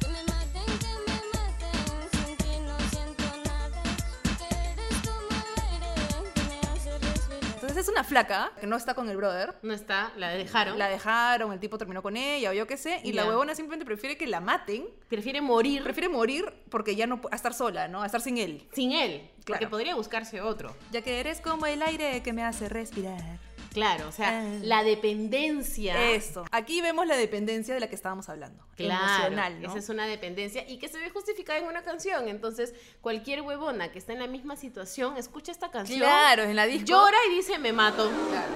S6: Que me maten, que me maten, sin ti no siento nada. Porque eres como el aire que me hace respirar.
S4: Entonces es una flaca que no está con el brother.
S3: No está, la dejaron.
S4: La dejaron, el tipo terminó con ella o yo qué sé. Y la
S3: Ya.
S4: huevona simplemente prefiere que la maten.
S3: Prefiere morir
S4: Prefiere morir porque ya no pu- a estar sola, ¿no? A estar sin él.
S3: sin él. Porque
S4: Claro.
S3: podría buscarse otro.
S4: Ya que eres como el aire que me hace respirar.
S3: Claro, o sea,
S4: Ah.
S3: la dependencia.
S4: Eso. Aquí vemos la dependencia de la que estábamos hablando.
S3: Claro,
S4: Emocional, ¿no?
S3: esa es una dependencia y que se ve justificada en una canción. Entonces, cualquier huevona que está en la misma situación, escucha esta canción,
S4: Claro, en la disco.
S3: llora y dice, me mato,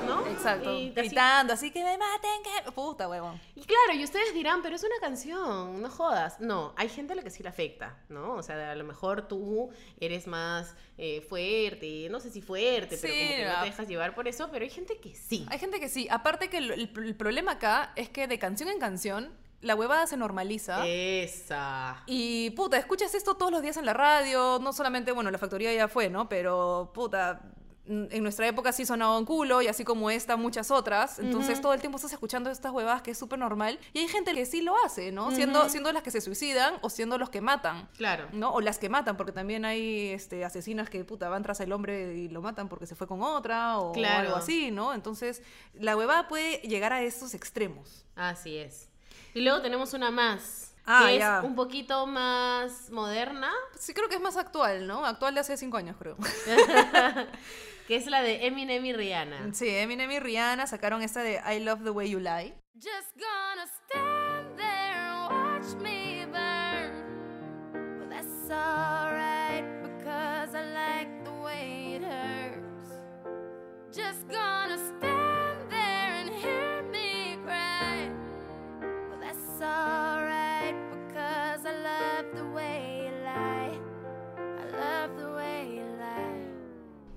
S3: ¿no?
S4: Exacto.
S3: Y, así-
S4: Gritando, así que me maten, que. Puta, huevón.
S3: y claro, y ustedes dirán, pero es una canción, no jodas. No, hay gente a la que sí le afecta, ¿no? O sea, a lo mejor tú eres más eh, fuerte, no sé si fuerte, pero
S4: Sí, ah.
S3: como que no
S4: la-
S3: te dejas llevar por eso, pero hay gente que sí.
S4: Hay gente que sí. Aparte que el, el- el problema acá es que de canción en canción, la huevada se normaliza.
S3: Eh. Esa.
S4: Y puta, escuchas esto todos los días en la radio, no solamente, bueno, la factoría ya fue, ¿no? Pero puta, n- en nuestra época sí sonaba un culo y así como esta, muchas otras. Entonces todo el tiempo estás escuchando estas huevadas que es súper normal. Y hay gente que sí lo hace, ¿no? siendo, siendo las que se suicidan o siendo los que matan.
S3: Claro.
S4: ¿no? O las que matan, porque también hay este, asesinas que puta, van tras el hombre y lo matan porque se fue con otra o
S3: Claro.
S4: algo así, ¿no? Entonces, la huevada puede llegar a estos extremos.
S3: Así es. Y luego tenemos una más.
S4: Ah,
S3: que
S4: ya.
S3: es un poquito más
S4: <laughs>
S3: moderna,
S4: Sí, creo que es más actual, ¿no? Actual de hace cinco años, creo.
S3: que es la de Eminem y Rihanna.
S4: Sí, Eminem y Rihanna sacaron esta de I Love the Way You Lie.
S6: Just gonna stand there and watch me burn. But that's alright because I like the way it hurts. Just gonna stand there and hear me cry. But that's alright because I love the way you lie. I love the way you lie.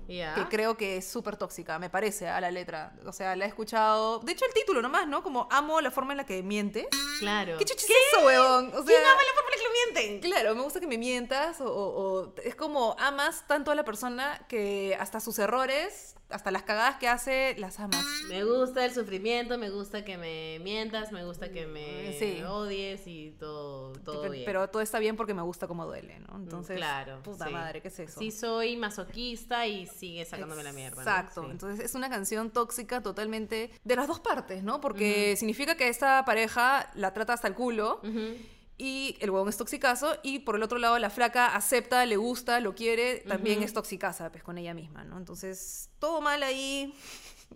S3: Ya. Ya.
S4: que creo que es súper tóxica, me parece, a la letra. O sea, la he escuchado. De hecho, el título nomás, ¿no? Como amo la forma en la que miente.
S3: Claro.
S4: ¿Qué chuchis es eso, huevón? O sea,
S3: la forma en que lo mienten?
S4: Claro, me gusta que me mientas. O, o- o- es como amas tanto a la persona que hasta sus errores, hasta las cagadas que hace, las amas.
S3: Me gusta el sufrimiento, me gusta que me mientas, me gusta que me
S4: Mm, Sí.
S3: odies y todo, todo
S4: pero,
S3: bien.
S4: pero todo está bien porque me gusta como duele, ¿no? Entonces,
S3: claro,
S4: puta
S3: sí.
S4: madre, ¿qué es eso?
S3: Sí soy masoquista y sigue sacándome la mierda. ¿no?
S4: Exacto.
S3: Sí.
S4: Entonces es una canción tóxica totalmente de las dos partes, ¿no? Porque significa que esta pareja la trata hasta el culo
S3: Ujú.
S4: y el huevón es toxicazo y por el otro lado la flaca acepta, le gusta, lo quiere, también
S3: Ujú.
S4: es toxicaza, pues con ella misma, ¿no? Entonces todo mal ahí.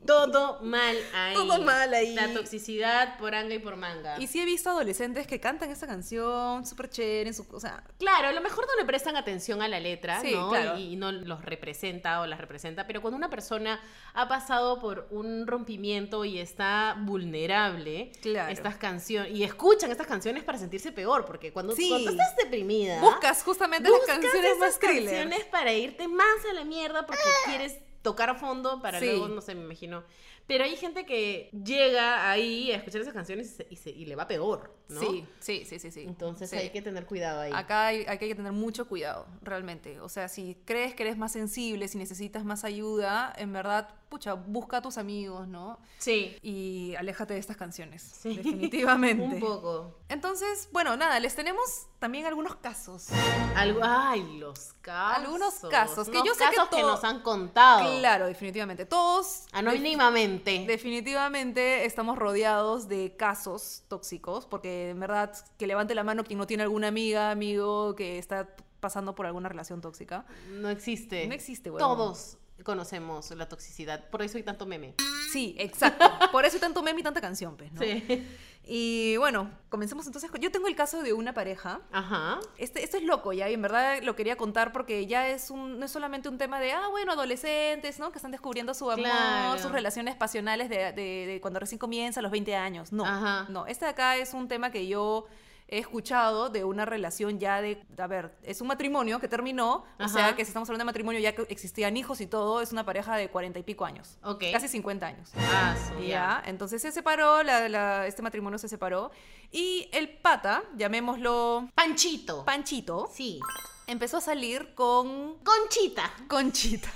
S3: Todo mal ahí.
S4: Todo mal ahí.
S3: La toxicidad por anga y por manga.
S4: Y sí he visto adolescentes que cantan esta canción súper chévere, en su, o sea,
S3: Claro, a lo mejor no le prestan atención a la letra,
S4: Sí,
S3: ¿no?
S4: claro.
S3: Y, y no los representa o las representa, pero cuando una persona ha pasado por un rompimiento y está vulnerable,
S4: Claro.
S3: estas canciones, y escuchan estas canciones para sentirse peor, porque cuando,
S4: Sí.
S3: cuando estás deprimida,
S4: buscas justamente
S3: buscas
S4: las canciones
S3: esas
S4: más thriller.
S3: canciones para irte más a la mierda porque quieres tocar a fondo para
S4: Sí.
S3: luego, no sé, me imagino. Pero hay gente que llega ahí a escuchar esas canciones y, se- y se- y le va peor, ¿no?
S4: Sí, sí, sí, sí, sí.
S3: Entonces
S4: Sí.
S3: hay que tener cuidado ahí.
S4: Acá hay, aquí hay que tener mucho cuidado, realmente. O sea, si crees que eres más sensible, si necesitas más ayuda, en verdad, pucha, busca a tus amigos, ¿no?
S3: Sí.
S4: Y aléjate de estas canciones,
S3: Sí. <laughs>
S4: definitivamente.
S3: Un poco.
S4: Entonces, bueno, nada, les tenemos también algunos casos.
S3: Algo, ay, los casos.
S4: Algunos casos, que
S3: Unos
S4: yo sé que
S3: casos que,
S4: todo-
S3: nos han contado.
S4: Claro, definitivamente. Todos
S3: Ah, Anónimamente.
S4: Definitivamente estamos rodeados de casos tóxicos, porque en verdad que levante la mano quien no tiene alguna amiga, amigo que está pasando por alguna relación tóxica.
S3: No existe.
S4: No existe, huevón.
S3: Todos conocemos la toxicidad. Por eso hay tanto meme.
S4: Sí,
S3: <laughs>
S4: exacto. Por eso hay tanto meme y tanta canción, pues, ¿no?
S3: Sí.
S4: Y bueno, comencemos entonces. con- Yo tengo el caso de una pareja.
S3: Ajá.
S4: Este, esto es loco ya, y en verdad lo quería contar porque ya es un, no es solamente un tema de, ah, bueno, adolescentes, ¿no? Que están descubriendo su amor,
S3: Claro.
S4: sus relaciones pasionales de, de- de cuando recién comienza, a los 20 años. No,
S3: Ajá.
S4: no. Este de acá es un tema que yo he escuchado de una relación ya de, a ver, es un matrimonio que terminó, o
S3: Ajá.
S4: sea, que si estamos hablando de matrimonio ya que existían hijos y todo, es una pareja de 40 y pico años,
S3: Ok.
S4: casi 50 años.
S3: Ah, su-
S4: Ya, entonces se separó, la- la- este matrimonio se separó y el pata, llamémoslo
S3: Panchito.
S4: Panchito,
S3: sí.
S4: empezó a salir con
S3: Conchita.
S4: Conchita.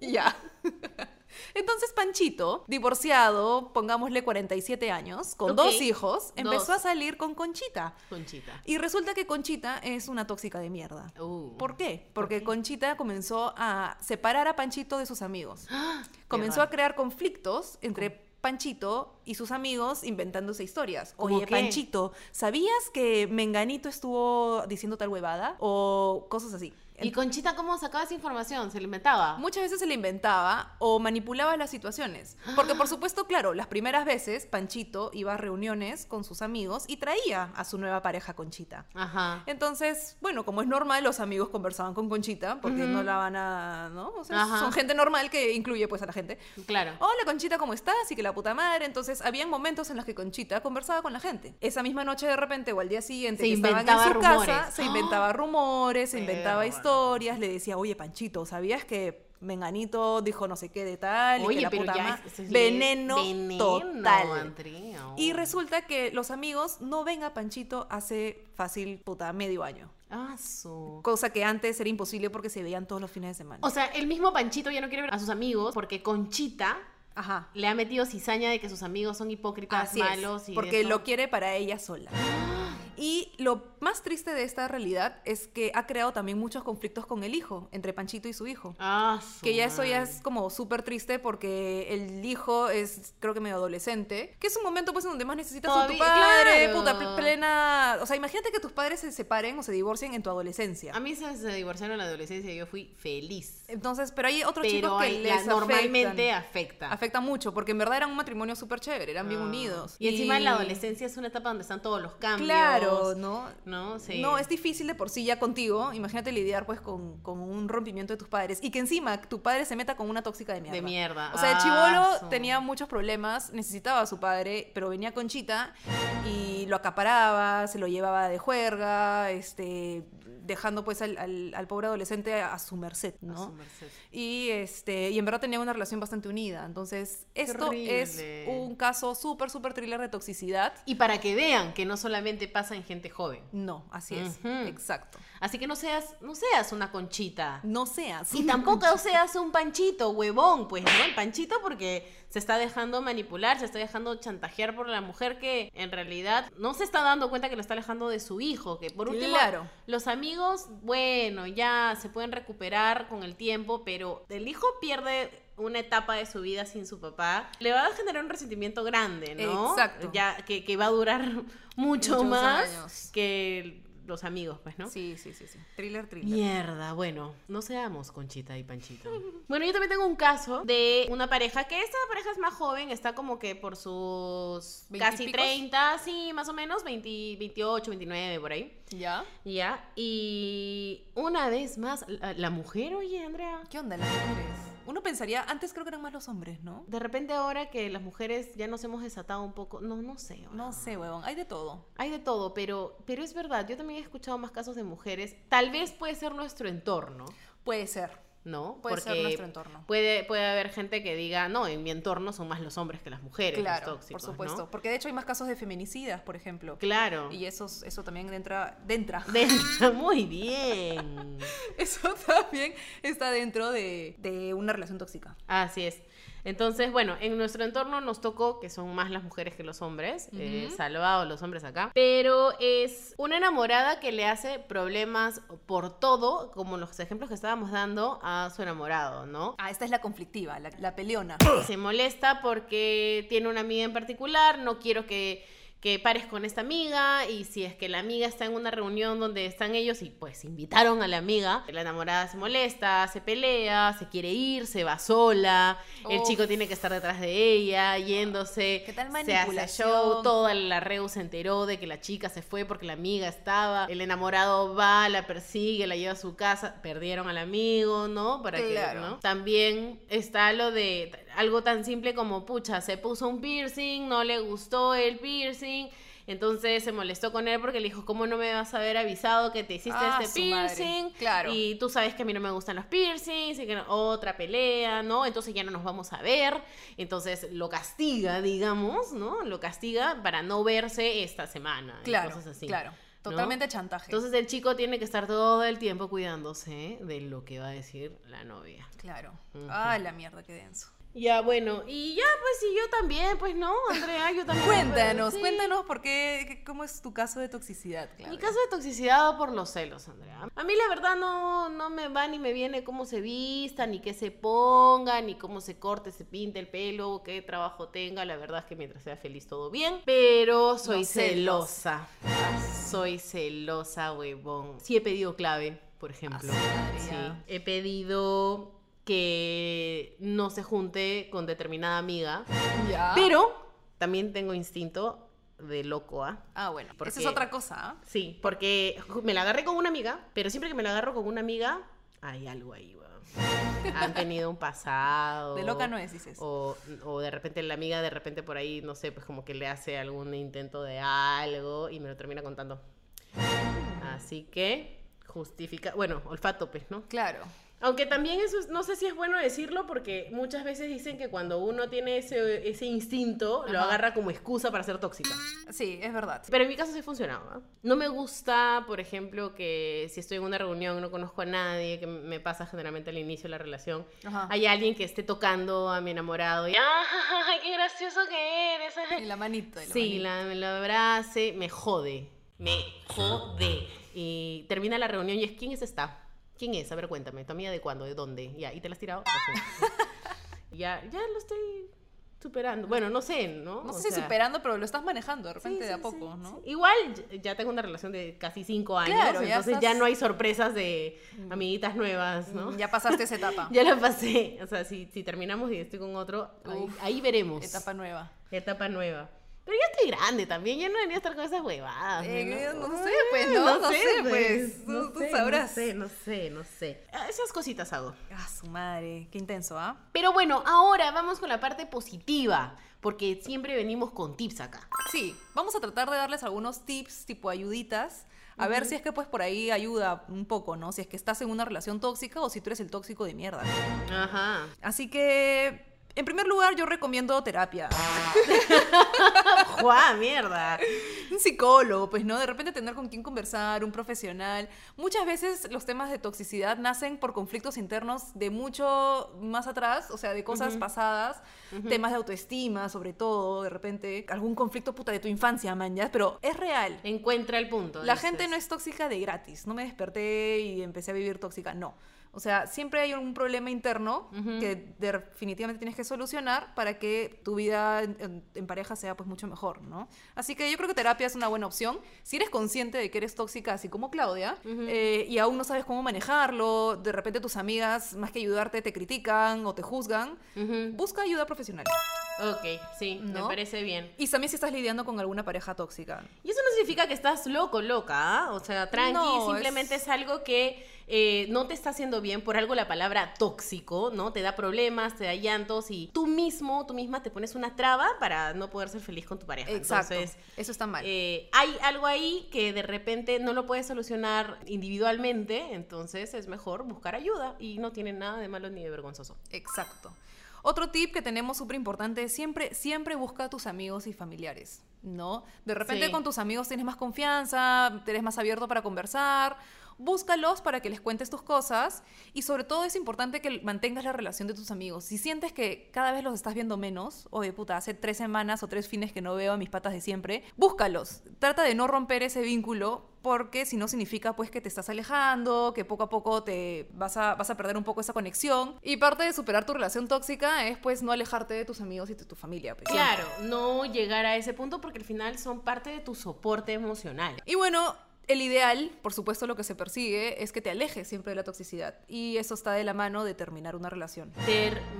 S4: ya. Entonces Panchito, divorciado, pongámosle 47 años, con
S3: Ok.
S4: dos hijos, empezó
S3: Dos.
S4: a salir con Conchita.
S3: Conchita.
S4: Y resulta que Conchita es una tóxica de mierda.
S3: Uh.
S4: ¿Por qué? Porque Conchita comenzó a separar a Panchito de
S3: <gasps>
S4: sus amigos. Comenzó
S3: Ah, raro.
S4: a crear conflictos entre Panchito y sus amigos inventándose historias.
S3: ¿Cómo
S4: Oye,
S3: qué?
S4: Panchito, ¿sabías que Menganito estuvo diciendo tal huevada? O cosas así.
S3: ¿Y Conchita cómo sacaba esa información? ¿Se le inventaba?
S4: Muchas veces se le inventaba o manipulaba las
S3: <gasps>
S4: situaciones. Porque, por supuesto, claro, las primeras veces Panchito iba a reuniones con sus amigos y traía a su nueva pareja Conchita.
S3: Ajá.
S4: Entonces, bueno, como es normal, los amigos conversaban con Conchita, porque no la van a, ¿no? O sea,
S3: Ajá.
S4: son gente normal que incluye pues a la gente.
S3: Claro.
S4: Hola Conchita, ¿cómo estás? Y que la puta madre. Entonces, habían momentos en los que Conchita conversaba con la gente. Esa misma noche de repente o al día siguiente
S3: Se
S4: que estaban en
S3: inventaba
S4: su casa,
S3: rumores.
S4: se
S3: ¡Ah!
S4: inventaba rumores, se inventaba
S3: Perro.
S4: historias, le decía, oye Panchito, ¿sabías que Menganito dijo no sé qué de tal? y que la puta ma-".
S3: es- es-
S4: veneno, total.
S3: Andrea. Oh.
S4: Y resulta que los amigos no ven a Panchito hace fácil, puta, medio año.
S3: Ah, su.
S4: Cosa que antes era imposible porque se veían todos los fines de semana.
S3: O sea, el mismo Panchito ya no quiere ver a sus amigos porque Conchita
S4: Ajá.
S3: le ha metido cizaña de que sus amigos son hipócritas,
S4: Así es,
S3: malos y
S4: porque
S3: de
S4: lo
S3: todo.
S4: quiere para ella sola. Y lo más triste de esta realidad es que ha creado también muchos conflictos con el hijo, entre Panchito y su hijo.
S3: Ah, su
S4: Que ya eso ya
S3: madre.
S4: es como súper triste porque el hijo es, creo que medio adolescente, que es un momento pues en donde más necesitas
S3: Todavía-
S4: a tu padre,
S3: claro.
S4: puta, pl- plena... O sea, imagínate que tus padres se separen o se divorcien en tu adolescencia.
S3: A mí se, se divorciaron en la adolescencia y yo fui feliz.
S4: Entonces, Eh, pero hay otros
S3: Pero
S4: chicos que
S3: hay- la-
S4: les afectan.
S3: normalmente afecta.
S4: Afecta mucho, porque en verdad era un matrimonio súper chévere, eran bien
S3: Ah.
S4: unidos.
S3: Y encima la adolescencia es una etapa donde están todos los cambios.
S4: Claro, ¿no?
S3: ¿No? Sí.
S4: No, es difícil de por sí ya contigo. Imagínate lidiar pues con, con un rompimiento de tus padres. Y que encima tu padre se meta con una tóxica de mierda.
S3: De mierda.
S4: O sea, el
S3: Ah,
S4: chivolo
S3: su-
S4: tenía muchos problemas, necesitaba a su padre, pero venía Conchita y lo acaparaba, se lo llevaba de juerga, este, dejando pues al, al- al pobre adolescente a, a su merced, ¿no?
S3: A su merced.
S4: Y, este, y en verdad tenía una relación bastante unida. Entonces, esto es
S3: horrible.
S4: un caso súper, súper thriller de toxicidad.
S3: Y para que vean que no solamente pasa en gente joven.
S4: No, así es.
S3: Ujú.
S4: Exacto.
S3: Así que no seas, no seas una conchita.
S4: No seas.
S3: Y tampoco seas un panchito, huevón, pues, ¿no? El panchito porque se está dejando manipular, se está dejando chantajear por la mujer que en realidad no se está dando cuenta que lo está alejando de su hijo. Que por último,
S4: Claro.
S3: los amigos, bueno, ya se pueden recuperar con el tiempo, pero el hijo pierde una etapa de su vida sin su papá, le va a generar un resentimiento grande, ¿no?
S4: Exacto.
S3: Ya que, que va a durar <laughs> mucho
S4: Muchos
S3: más
S4: años.
S3: que los amigos, pues, ¿no?
S4: Sí, sí, sí, sí. Thriller, thriller.
S3: Mierda, bueno, no seamos Conchita y Panchito. <laughs> Bueno, yo también tengo un caso de una pareja que esta pareja es más joven, está como que por sus casi
S4: ¿Veintipicos?
S3: 30, sí, más o menos, 20, 28, 29, por ahí.
S4: ¿Ya?
S3: Ya, y una vez más, la, la mujer, oye, Andrea.
S4: ¿Qué onda las mujeres? Uno pensaría, antes creo que eran más los hombres, ¿no?
S3: De repente ahora que las mujeres ya nos hemos desatado un poco, no, no sé.
S4: No
S3: weón.
S4: sé, huevón. Hay de todo.
S3: Hay de todo, pero, pero es verdad, yo también he escuchado más casos de mujeres. Tal vez puede ser nuestro entorno,
S4: Puede ser.
S3: ¿no?
S4: Puede ser
S3: Porque
S4: nuestro entorno.
S3: Puede, puede haber gente que diga, no, en mi entorno son más los hombres que las mujeres. los
S4: Claro,
S3: tóxicos",
S4: por
S3: ¿no?
S4: supuesto. Porque de hecho hay más casos de feminicidas, por ejemplo.
S3: Claro. <laughs>
S4: Y esos, eso también entra, entra.
S3: De- Muy bien.
S4: Eso <laughs> también está dentro de, de una relación tóxica.
S3: Así es. Entonces, bueno, en nuestro entorno nos tocó que son más las mujeres que los hombres, eh, salvados los hombres acá, pero es una enamorada que le hace problemas por todo, como los ejemplos que estábamos dando a su enamorado, ¿no?
S4: Ah, esta es la conflictiva, la, la peleona.
S3: se molesta porque tiene una amiga en particular, no quiero que, que pares con esta amiga y si es que la amiga está en una reunión donde están ellos y pues invitaron a la amiga, la enamorada se molesta, se pelea, se quiere ir, se va sola, el
S4: Uf.
S3: chico tiene que estar detrás de ella, yéndose,
S4: ¿Qué tal
S3: se hace
S4: manipulación?
S3: show, toda la reu se enteró de que la chica se fue porque la amiga estaba, el enamorado va, la persigue, la lleva a su casa, perdieron al amigo, ¿no? Para
S4: Claro.
S3: que, ¿no? También está lo de t- algo tan simple como, pucha, se puso un piercing, no le gustó el piercing. Entonces se molestó con él porque le dijo, ¿cómo no me vas a haber avisado que te hiciste
S4: Ah,
S3: este
S4: su madre.
S3: piercing?
S4: Claro.
S3: Y tú sabes que a mí no me gustan los piercings, y que no- otra pelea, ¿no? Entonces ya no nos vamos a ver. Entonces lo castiga, digamos, ¿no? Lo castiga para no verse esta semana. y
S4: Claro,
S3: cosas así.
S4: claro.
S3: ¿no?
S4: Totalmente chantaje.
S3: Entonces el chico tiene que estar todo el tiempo cuidándose de lo que va a decir la novia.
S4: claro.
S3: Ujú.
S4: Ah, la mierda, qué denso.
S3: Ya, bueno, y ya, pues, y yo también, pues, ¿no, Andrea? Yo también.
S4: Cuéntanos,
S3: Sí.
S4: cuéntanos por qué, qué- cómo es tu caso de toxicidad.
S3: Mi
S4: Claudia.
S3: caso de toxicidad va por los celos, Andrea. A mí la verdad no, no me va ni me viene cómo se vista, ni qué se ponga, ni cómo se corte, se pinte el pelo, qué trabajo tenga. La verdad es que mientras sea feliz todo bien. Pero soy
S4: Los celos.
S3: celosa. Soy celosa, huevón. Sí he pedido clave, por ejemplo.
S4: Ah, sí,
S3: Sí.
S4: ya.
S3: He pedido que no se junte con determinada amiga.
S4: Ah. Ya.
S3: Pero también tengo instinto de loco, ¿ah?
S4: Ah, bueno.
S3: Porque-
S4: Esa es otra cosa. ¿ah?
S3: Sí, porque me la agarré con una amiga, pero siempre que me la agarro con una amiga, hay algo ahí, weón. Han tenido un pasado.
S4: De loca no es, dices.
S3: O, o de repente la amiga, de repente por ahí, no sé, pues como que le hace algún intento de algo y me lo termina contando. Así que justifica, bueno, olfato, pues, ¿no?
S4: Claro.
S3: Aunque también eso es- no sé si es bueno decirlo porque muchas veces dicen que cuando uno tiene ese, ese instinto, lo
S4: Ajá.
S3: agarra como excusa para ser tóxica.
S4: Sí, es verdad.
S3: Pero en mi caso sí funcionaba. No me gusta, por ejemplo, que si estoy en una reunión, no conozco a nadie, que me pasa generalmente al inicio de la relación,
S4: Ajá.
S3: hay alguien que esté tocando a mi enamorado y "Ah, ¡ay, qué gracioso que eres!
S4: Y la manito. y la
S3: Sí,
S4: manito.
S3: la, me lo abrace, me jode. Me jode. Y termina la reunión y es, ¿quién es esta? ¿Quién es? A ver, cuéntame, ¿tu amiga de cuándo? ¿De dónde? Ya, ¿y te la has tirado? Ok. ya, ya lo estoy superando. Bueno, no sé, ¿no?
S4: No
S3: O
S4: sé si
S3: sea,
S4: superando, pero lo estás manejando de repente
S3: Sí,
S4: de a
S3: sí,
S4: poco,
S3: sí,
S4: ¿no?
S3: sí. Igual ya- ya tengo una relación de casi cinco años,
S4: Claro, ya
S3: entonces ya,
S4: estás- Mm.
S3: no hay sorpresas de amiguitas nuevas, ¿no?
S4: Ya pasaste esa etapa.
S3: Ya la pasé. O sea, si, si terminamos y estoy con otro, ahí,
S4: Uf,
S3: ahí veremos.
S4: etapa nueva.
S3: Etapa nueva. Pero ya estoy grande también, ya no debería estar con esas huevadas.
S4: Eh,
S3: ¿no?
S4: no sé, pues, ¿no? No sé, pues,
S3: no
S4: tú- tú
S3: sé,
S4: sabrás.
S3: No sé, no sé, no sé. Ah, Esas cositas hago.
S4: Ah, su madre, qué intenso, ¿ah?
S3: Pero bueno, ahora vamos con la parte positiva, porque siempre venimos con tips acá.
S4: Sí, vamos a tratar de darles algunos tips, tipo ayuditas, a ver si es que pues por ahí ayuda un poco, ¿no? Si es que estás en una relación tóxica o si tú eres el tóxico de mierda.
S3: Ajá.
S4: Así que, en primer lugar, yo recomiendo terapia.
S3: ¡Juá, mierda!
S4: Un psicólogo, pues, ¿no? De repente tener con quién conversar, un profesional. Muchas veces los temas de toxicidad nacen por conflictos internos de mucho más atrás, o sea, de cosas pasadas, temas de autoestima, sobre todo, de repente, algún conflicto puta de tu infancia, man, ya, pero es real.
S3: Encuentra el punto.
S4: La
S3: dices.
S4: gente no es tóxica de gratis. No me desperté y empecé a vivir tóxica. No. O sea, siempre hay un problema interno que definitivamente tienes que solucionar para que tu vida en, en- en pareja sea pues mucho mejor, ¿no? Así que yo creo que terapia es una buena opción. Si eres consciente de que eres tóxica, así como Claudia, eh, y aún no sabes cómo manejarlo, de repente tus amigas, más que ayudarte, te critican o te juzgan,
S3: Ujú.
S4: busca ayuda profesional.
S3: Ok, sí, me
S4: ¿No?
S3: parece bien.
S4: Y también si estás lidiando con alguna pareja tóxica.
S3: Y eso no significa que estás loco, loca, ¿ah? o sea, tranqui,
S4: No,
S3: simplemente es,
S4: es-
S3: algo que eh, no te está haciendo bien, por algo la palabra tóxico, ¿no? Te da problemas, te da llantos y tú mismo, tú misma te pones una traba para no poder ser feliz con tu pareja.
S4: Exacto.
S3: Entonces,
S4: Eso está mal.
S3: eh, hay algo ahí que de repente no lo puedes solucionar individualmente, entonces es mejor buscar ayuda y no tiene nada de malo ni de vergonzoso.
S4: Exacto. Otro tip que tenemos súper importante es siempre, siempre busca a tus amigos y familiares, ¿no? De repente
S3: Sí.
S4: con tus amigos tienes más confianza, te eres más abierto para conversar, búscalos para que les cuentes tus cosas y sobre todo es importante que mantengas la relación de tus amigos. Si sientes que cada vez los estás viendo menos, oye puta, hace tres semanas o tres fines que no veo a mis patas de siempre, búscalos, trata de no romper ese vínculo porque si no significa pues que te estás alejando, que poco a poco te vas a, vas a perder un poco esa conexión. Y parte de superar tu relación tóxica es pues no alejarte de tus amigos y de tu familia. pues,
S3: Claro, no llegar a ese punto porque al final son parte de tu soporte emocional.
S4: Y bueno, el ideal, por supuesto, lo que se persigue es que te alejes siempre de la toxicidad. Y eso está de la mano de terminar una relación.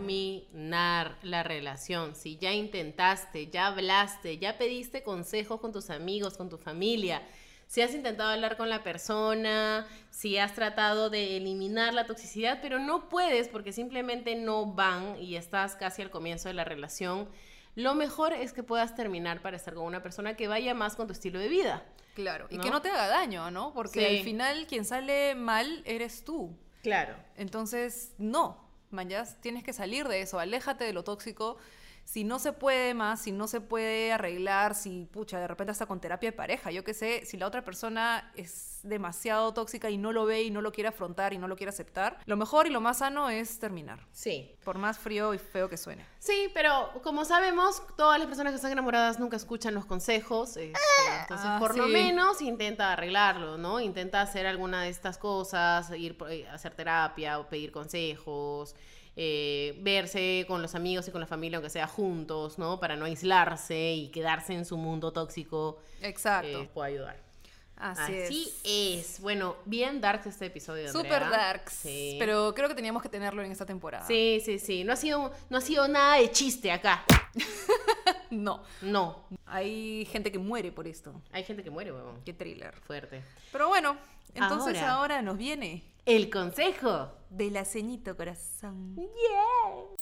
S3: terminar la relación. Si ya intentaste, ya hablaste, ya pediste consejos con tus amigos, con tu familia, si has intentado hablar con la persona, si has tratado de eliminar la toxicidad, pero no puedes porque simplemente no van y estás casi al comienzo de la relación, lo mejor es que puedas terminar para estar con una persona que vaya más con tu estilo de vida.
S4: Claro. Y
S3: ¿No?
S4: que no te haga daño, ¿no? Porque
S3: Sí.
S4: al final quien sale mal eres tú.
S3: Claro.
S4: Entonces, no, Mayas, tienes que salir de eso, aléjate de lo tóxico. Si no se puede más, si no se puede arreglar, si, pucha, de repente hasta con terapia de pareja, yo qué sé, si la otra persona es demasiado tóxica y no lo ve y no lo quiere afrontar y no lo quiere aceptar, lo mejor y lo más sano es terminar,
S3: Sí.
S4: por más frío y feo que suene.
S3: Sí, pero como sabemos, todas las personas que están enamoradas nunca escuchan los consejos. este, entonces,
S4: Ah,
S3: por lo
S4: sí.
S3: menos intenta arreglarlo, ¿no? Intenta hacer alguna de estas cosas, ir por- eh, hacer terapia o pedir consejos, eh, verse con los amigos y con la familia, aunque sea juntos, ¿no? Para no aislarse y quedarse en su mundo tóxico.
S4: Exacto.
S3: eh, puede ayudar.
S4: así,
S3: Así
S4: es.
S3: es. Bueno, bien dark este episodio. Andrea.
S4: Super darks,
S3: Sí.
S4: pero creo que teníamos que tenerlo en esta temporada.
S3: Sí, sí, sí. No ha sido, no ha sido nada de chiste acá.
S4: No,
S3: No.
S4: hay gente que muere por esto.
S3: Hay gente que muere, huevón.
S4: Qué thriller.
S3: Fuerte.
S4: Pero bueno, entonces
S3: Ahora.
S4: ahora nos viene
S3: El consejo.
S4: De la ceñito, corazón.
S3: Uh.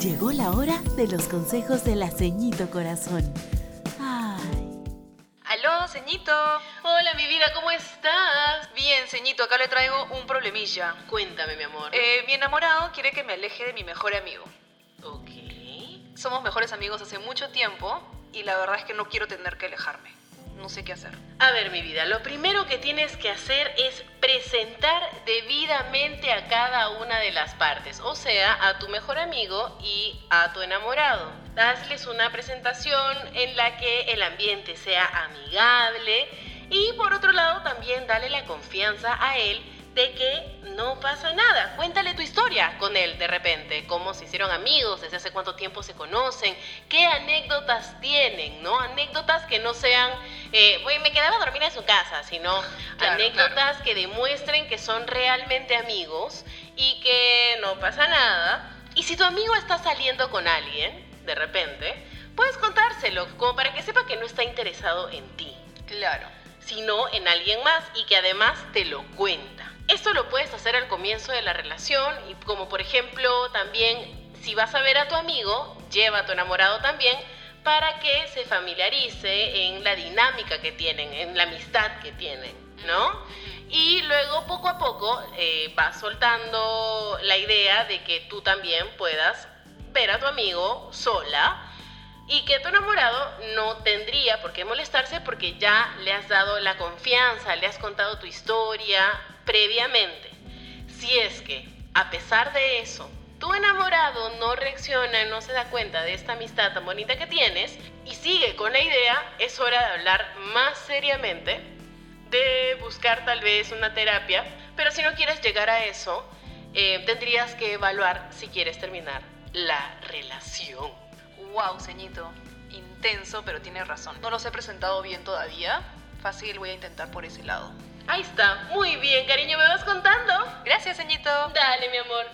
S7: Llegó la hora de los consejos de la ceñito corazón. Ay.
S4: Aló, ceñito.
S3: Hola, mi vida, ¿cómo estás?
S4: Bien, ceñito, acá le traigo un problemilla.
S3: Cuéntame, mi amor.
S4: Eh, mi enamorado quiere que me aleje de mi mejor amigo.
S3: ok.
S4: Somos mejores amigos hace mucho tiempo y la verdad es que no quiero tener que alejarme. No sé qué hacer.
S3: A ver, mi vida, lo primero que tienes que hacer es presentar debidamente a cada una de las partes, o sea, a tu mejor amigo y a tu enamorado. Hazles una presentación en la que el ambiente sea amigable y por otro lado también dale la confianza a él de que no pasa nada. Cuéntale tu historia con él de repente, cómo se hicieron amigos, desde hace cuánto tiempo se conocen, qué anécdotas tienen, ¿no? Anécdotas que no sean, eh, "Uy, me quedaba a dormir en su casa, sino anécdotas que demuestren que son realmente amigos y que no pasa nada. Y si tu amigo está saliendo con alguien, de repente,
S2: Puedes contárselo, como para que sepa que no está interesado en ti,
S1: Claro.
S2: sino en alguien más y que además te lo cuenta. Esto lo puedes hacer al comienzo de la relación y como por ejemplo también si vas a ver a tu amigo, lleva a tu enamorado también para que se familiarice en la dinámica que tienen, en la amistad que tienen, ¿no? Y luego poco a poco eh, vas soltando la idea de que tú también puedas ver a tu amigo sola y que tu enamorado no tendría por qué molestarse porque ya le has dado la confianza, le has contado tu historia previamente. Si es que, a pesar de eso, tu enamorado no reacciona, no se da cuenta de esta amistad tan bonita que tienes y sigue con la idea, es hora de hablar más seriamente, de buscar tal vez una terapia, pero si no quieres llegar a eso, eh, tendrías que evaluar si quieres terminar la relación.
S1: Wow, ceñito. Intenso, pero tiene razón. No los he presentado bien todavía. Fácil, voy a intentar por ese lado.
S2: Ahí está, muy bien, cariño, me vas contando.
S1: Gracias, ceñito.
S2: Dale, mi amor.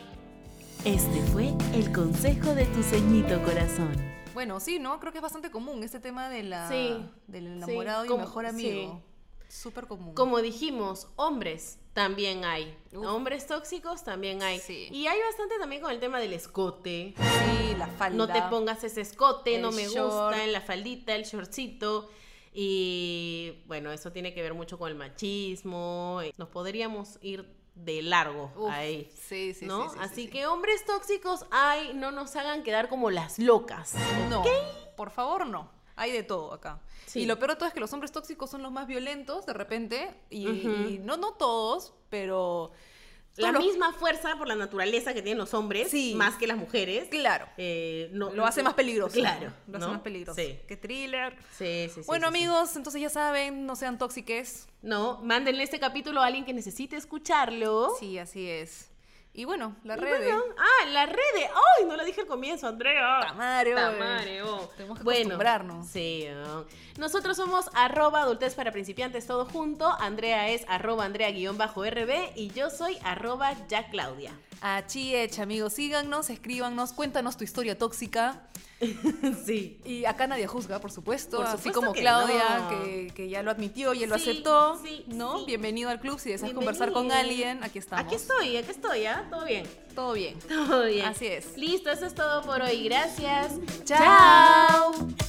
S7: Este fue el consejo de tu ceñito corazón.
S4: Bueno, sí, ¿no? Creo que es bastante común este tema de la,
S3: Sí,
S4: del
S3: sí,
S4: enamorado y
S3: como-
S4: mejor amigo. Súper común.
S3: Como dijimos, hombres también hay.
S4: Uf.
S3: Hombres tóxicos también hay.
S4: Sí.
S3: Y hay bastante también con el tema del escote.
S4: Sí, la falda.
S3: No te pongas ese escote,
S4: el
S3: no me
S4: short.
S3: gusta, en la faldita, el shortcito. Y bueno, eso tiene que ver mucho con el machismo. Nos podríamos ir de largo
S4: Uf,
S3: ahí.
S4: Sí, sí,
S3: ¿no?
S4: sí, sí, sí,
S3: Así
S4: sí.
S3: que hombres tóxicos, ay, no nos hagan quedar como las locas.
S4: No, por favor, no. Hay de todo acá.
S3: Sí.
S4: Y lo peor de todo es que los hombres tóxicos son los más violentos de repente. Y,
S3: Ujú.
S4: y no, no todos, pero.
S3: La
S4: todos los-
S3: misma fuerza por la naturaleza que tienen los hombres,
S4: Sí.
S3: más que las mujeres.
S4: Claro.
S3: eh, no-
S4: Lo hace más peligroso.
S3: Claro.
S4: Lo hace
S3: ¿no?
S4: más peligroso.
S3: Sí.
S4: Qué thriller.
S3: Sí, sí, sí,
S4: bueno,
S3: sí, sí.
S4: amigos, entonces ya saben, no sean tóxiques.
S3: No, mándenle este capítulo a alguien que necesite escucharlo.
S4: Sí, así es. Y bueno, la
S3: Y
S4: red.
S3: bueno, ah, la red. Ay, no lo dije al comienzo, Andrea.
S4: Tamario.
S3: Tamareo.
S4: Tenemos que
S3: Bueno,
S4: acostumbrarnos.
S3: Sí. ¿no? Nosotros somos arroba adultez para principiantes todo junto. Andrea es arroba Andrea guión bajo RB y yo soy arroba ya
S4: <laughs>
S3: Claudia.
S4: Achí hecha, amigos. Síganos, escríbanos, cuéntanos tu historia tóxica.
S3: sí.
S4: Y acá nadie juzga, por supuesto.
S3: Por
S4: así
S3: supuesto
S4: como
S3: que
S4: Claudia,
S3: no.
S4: que, que ya lo admitió, ya lo
S3: Sí,
S4: aceptó.
S3: sí,
S4: ¿No?
S3: sí.
S4: Bienvenido al club. Si deseas
S3: Bienvenido.
S4: conversar con alguien, aquí estamos.
S3: Aquí estoy, aquí estoy, ¿ah? Todo bien.
S4: Todo bien.
S3: Todo bien.
S4: Así es.
S3: Listo, eso es todo por hoy. Gracias.
S4: Chao.
S3: Chao.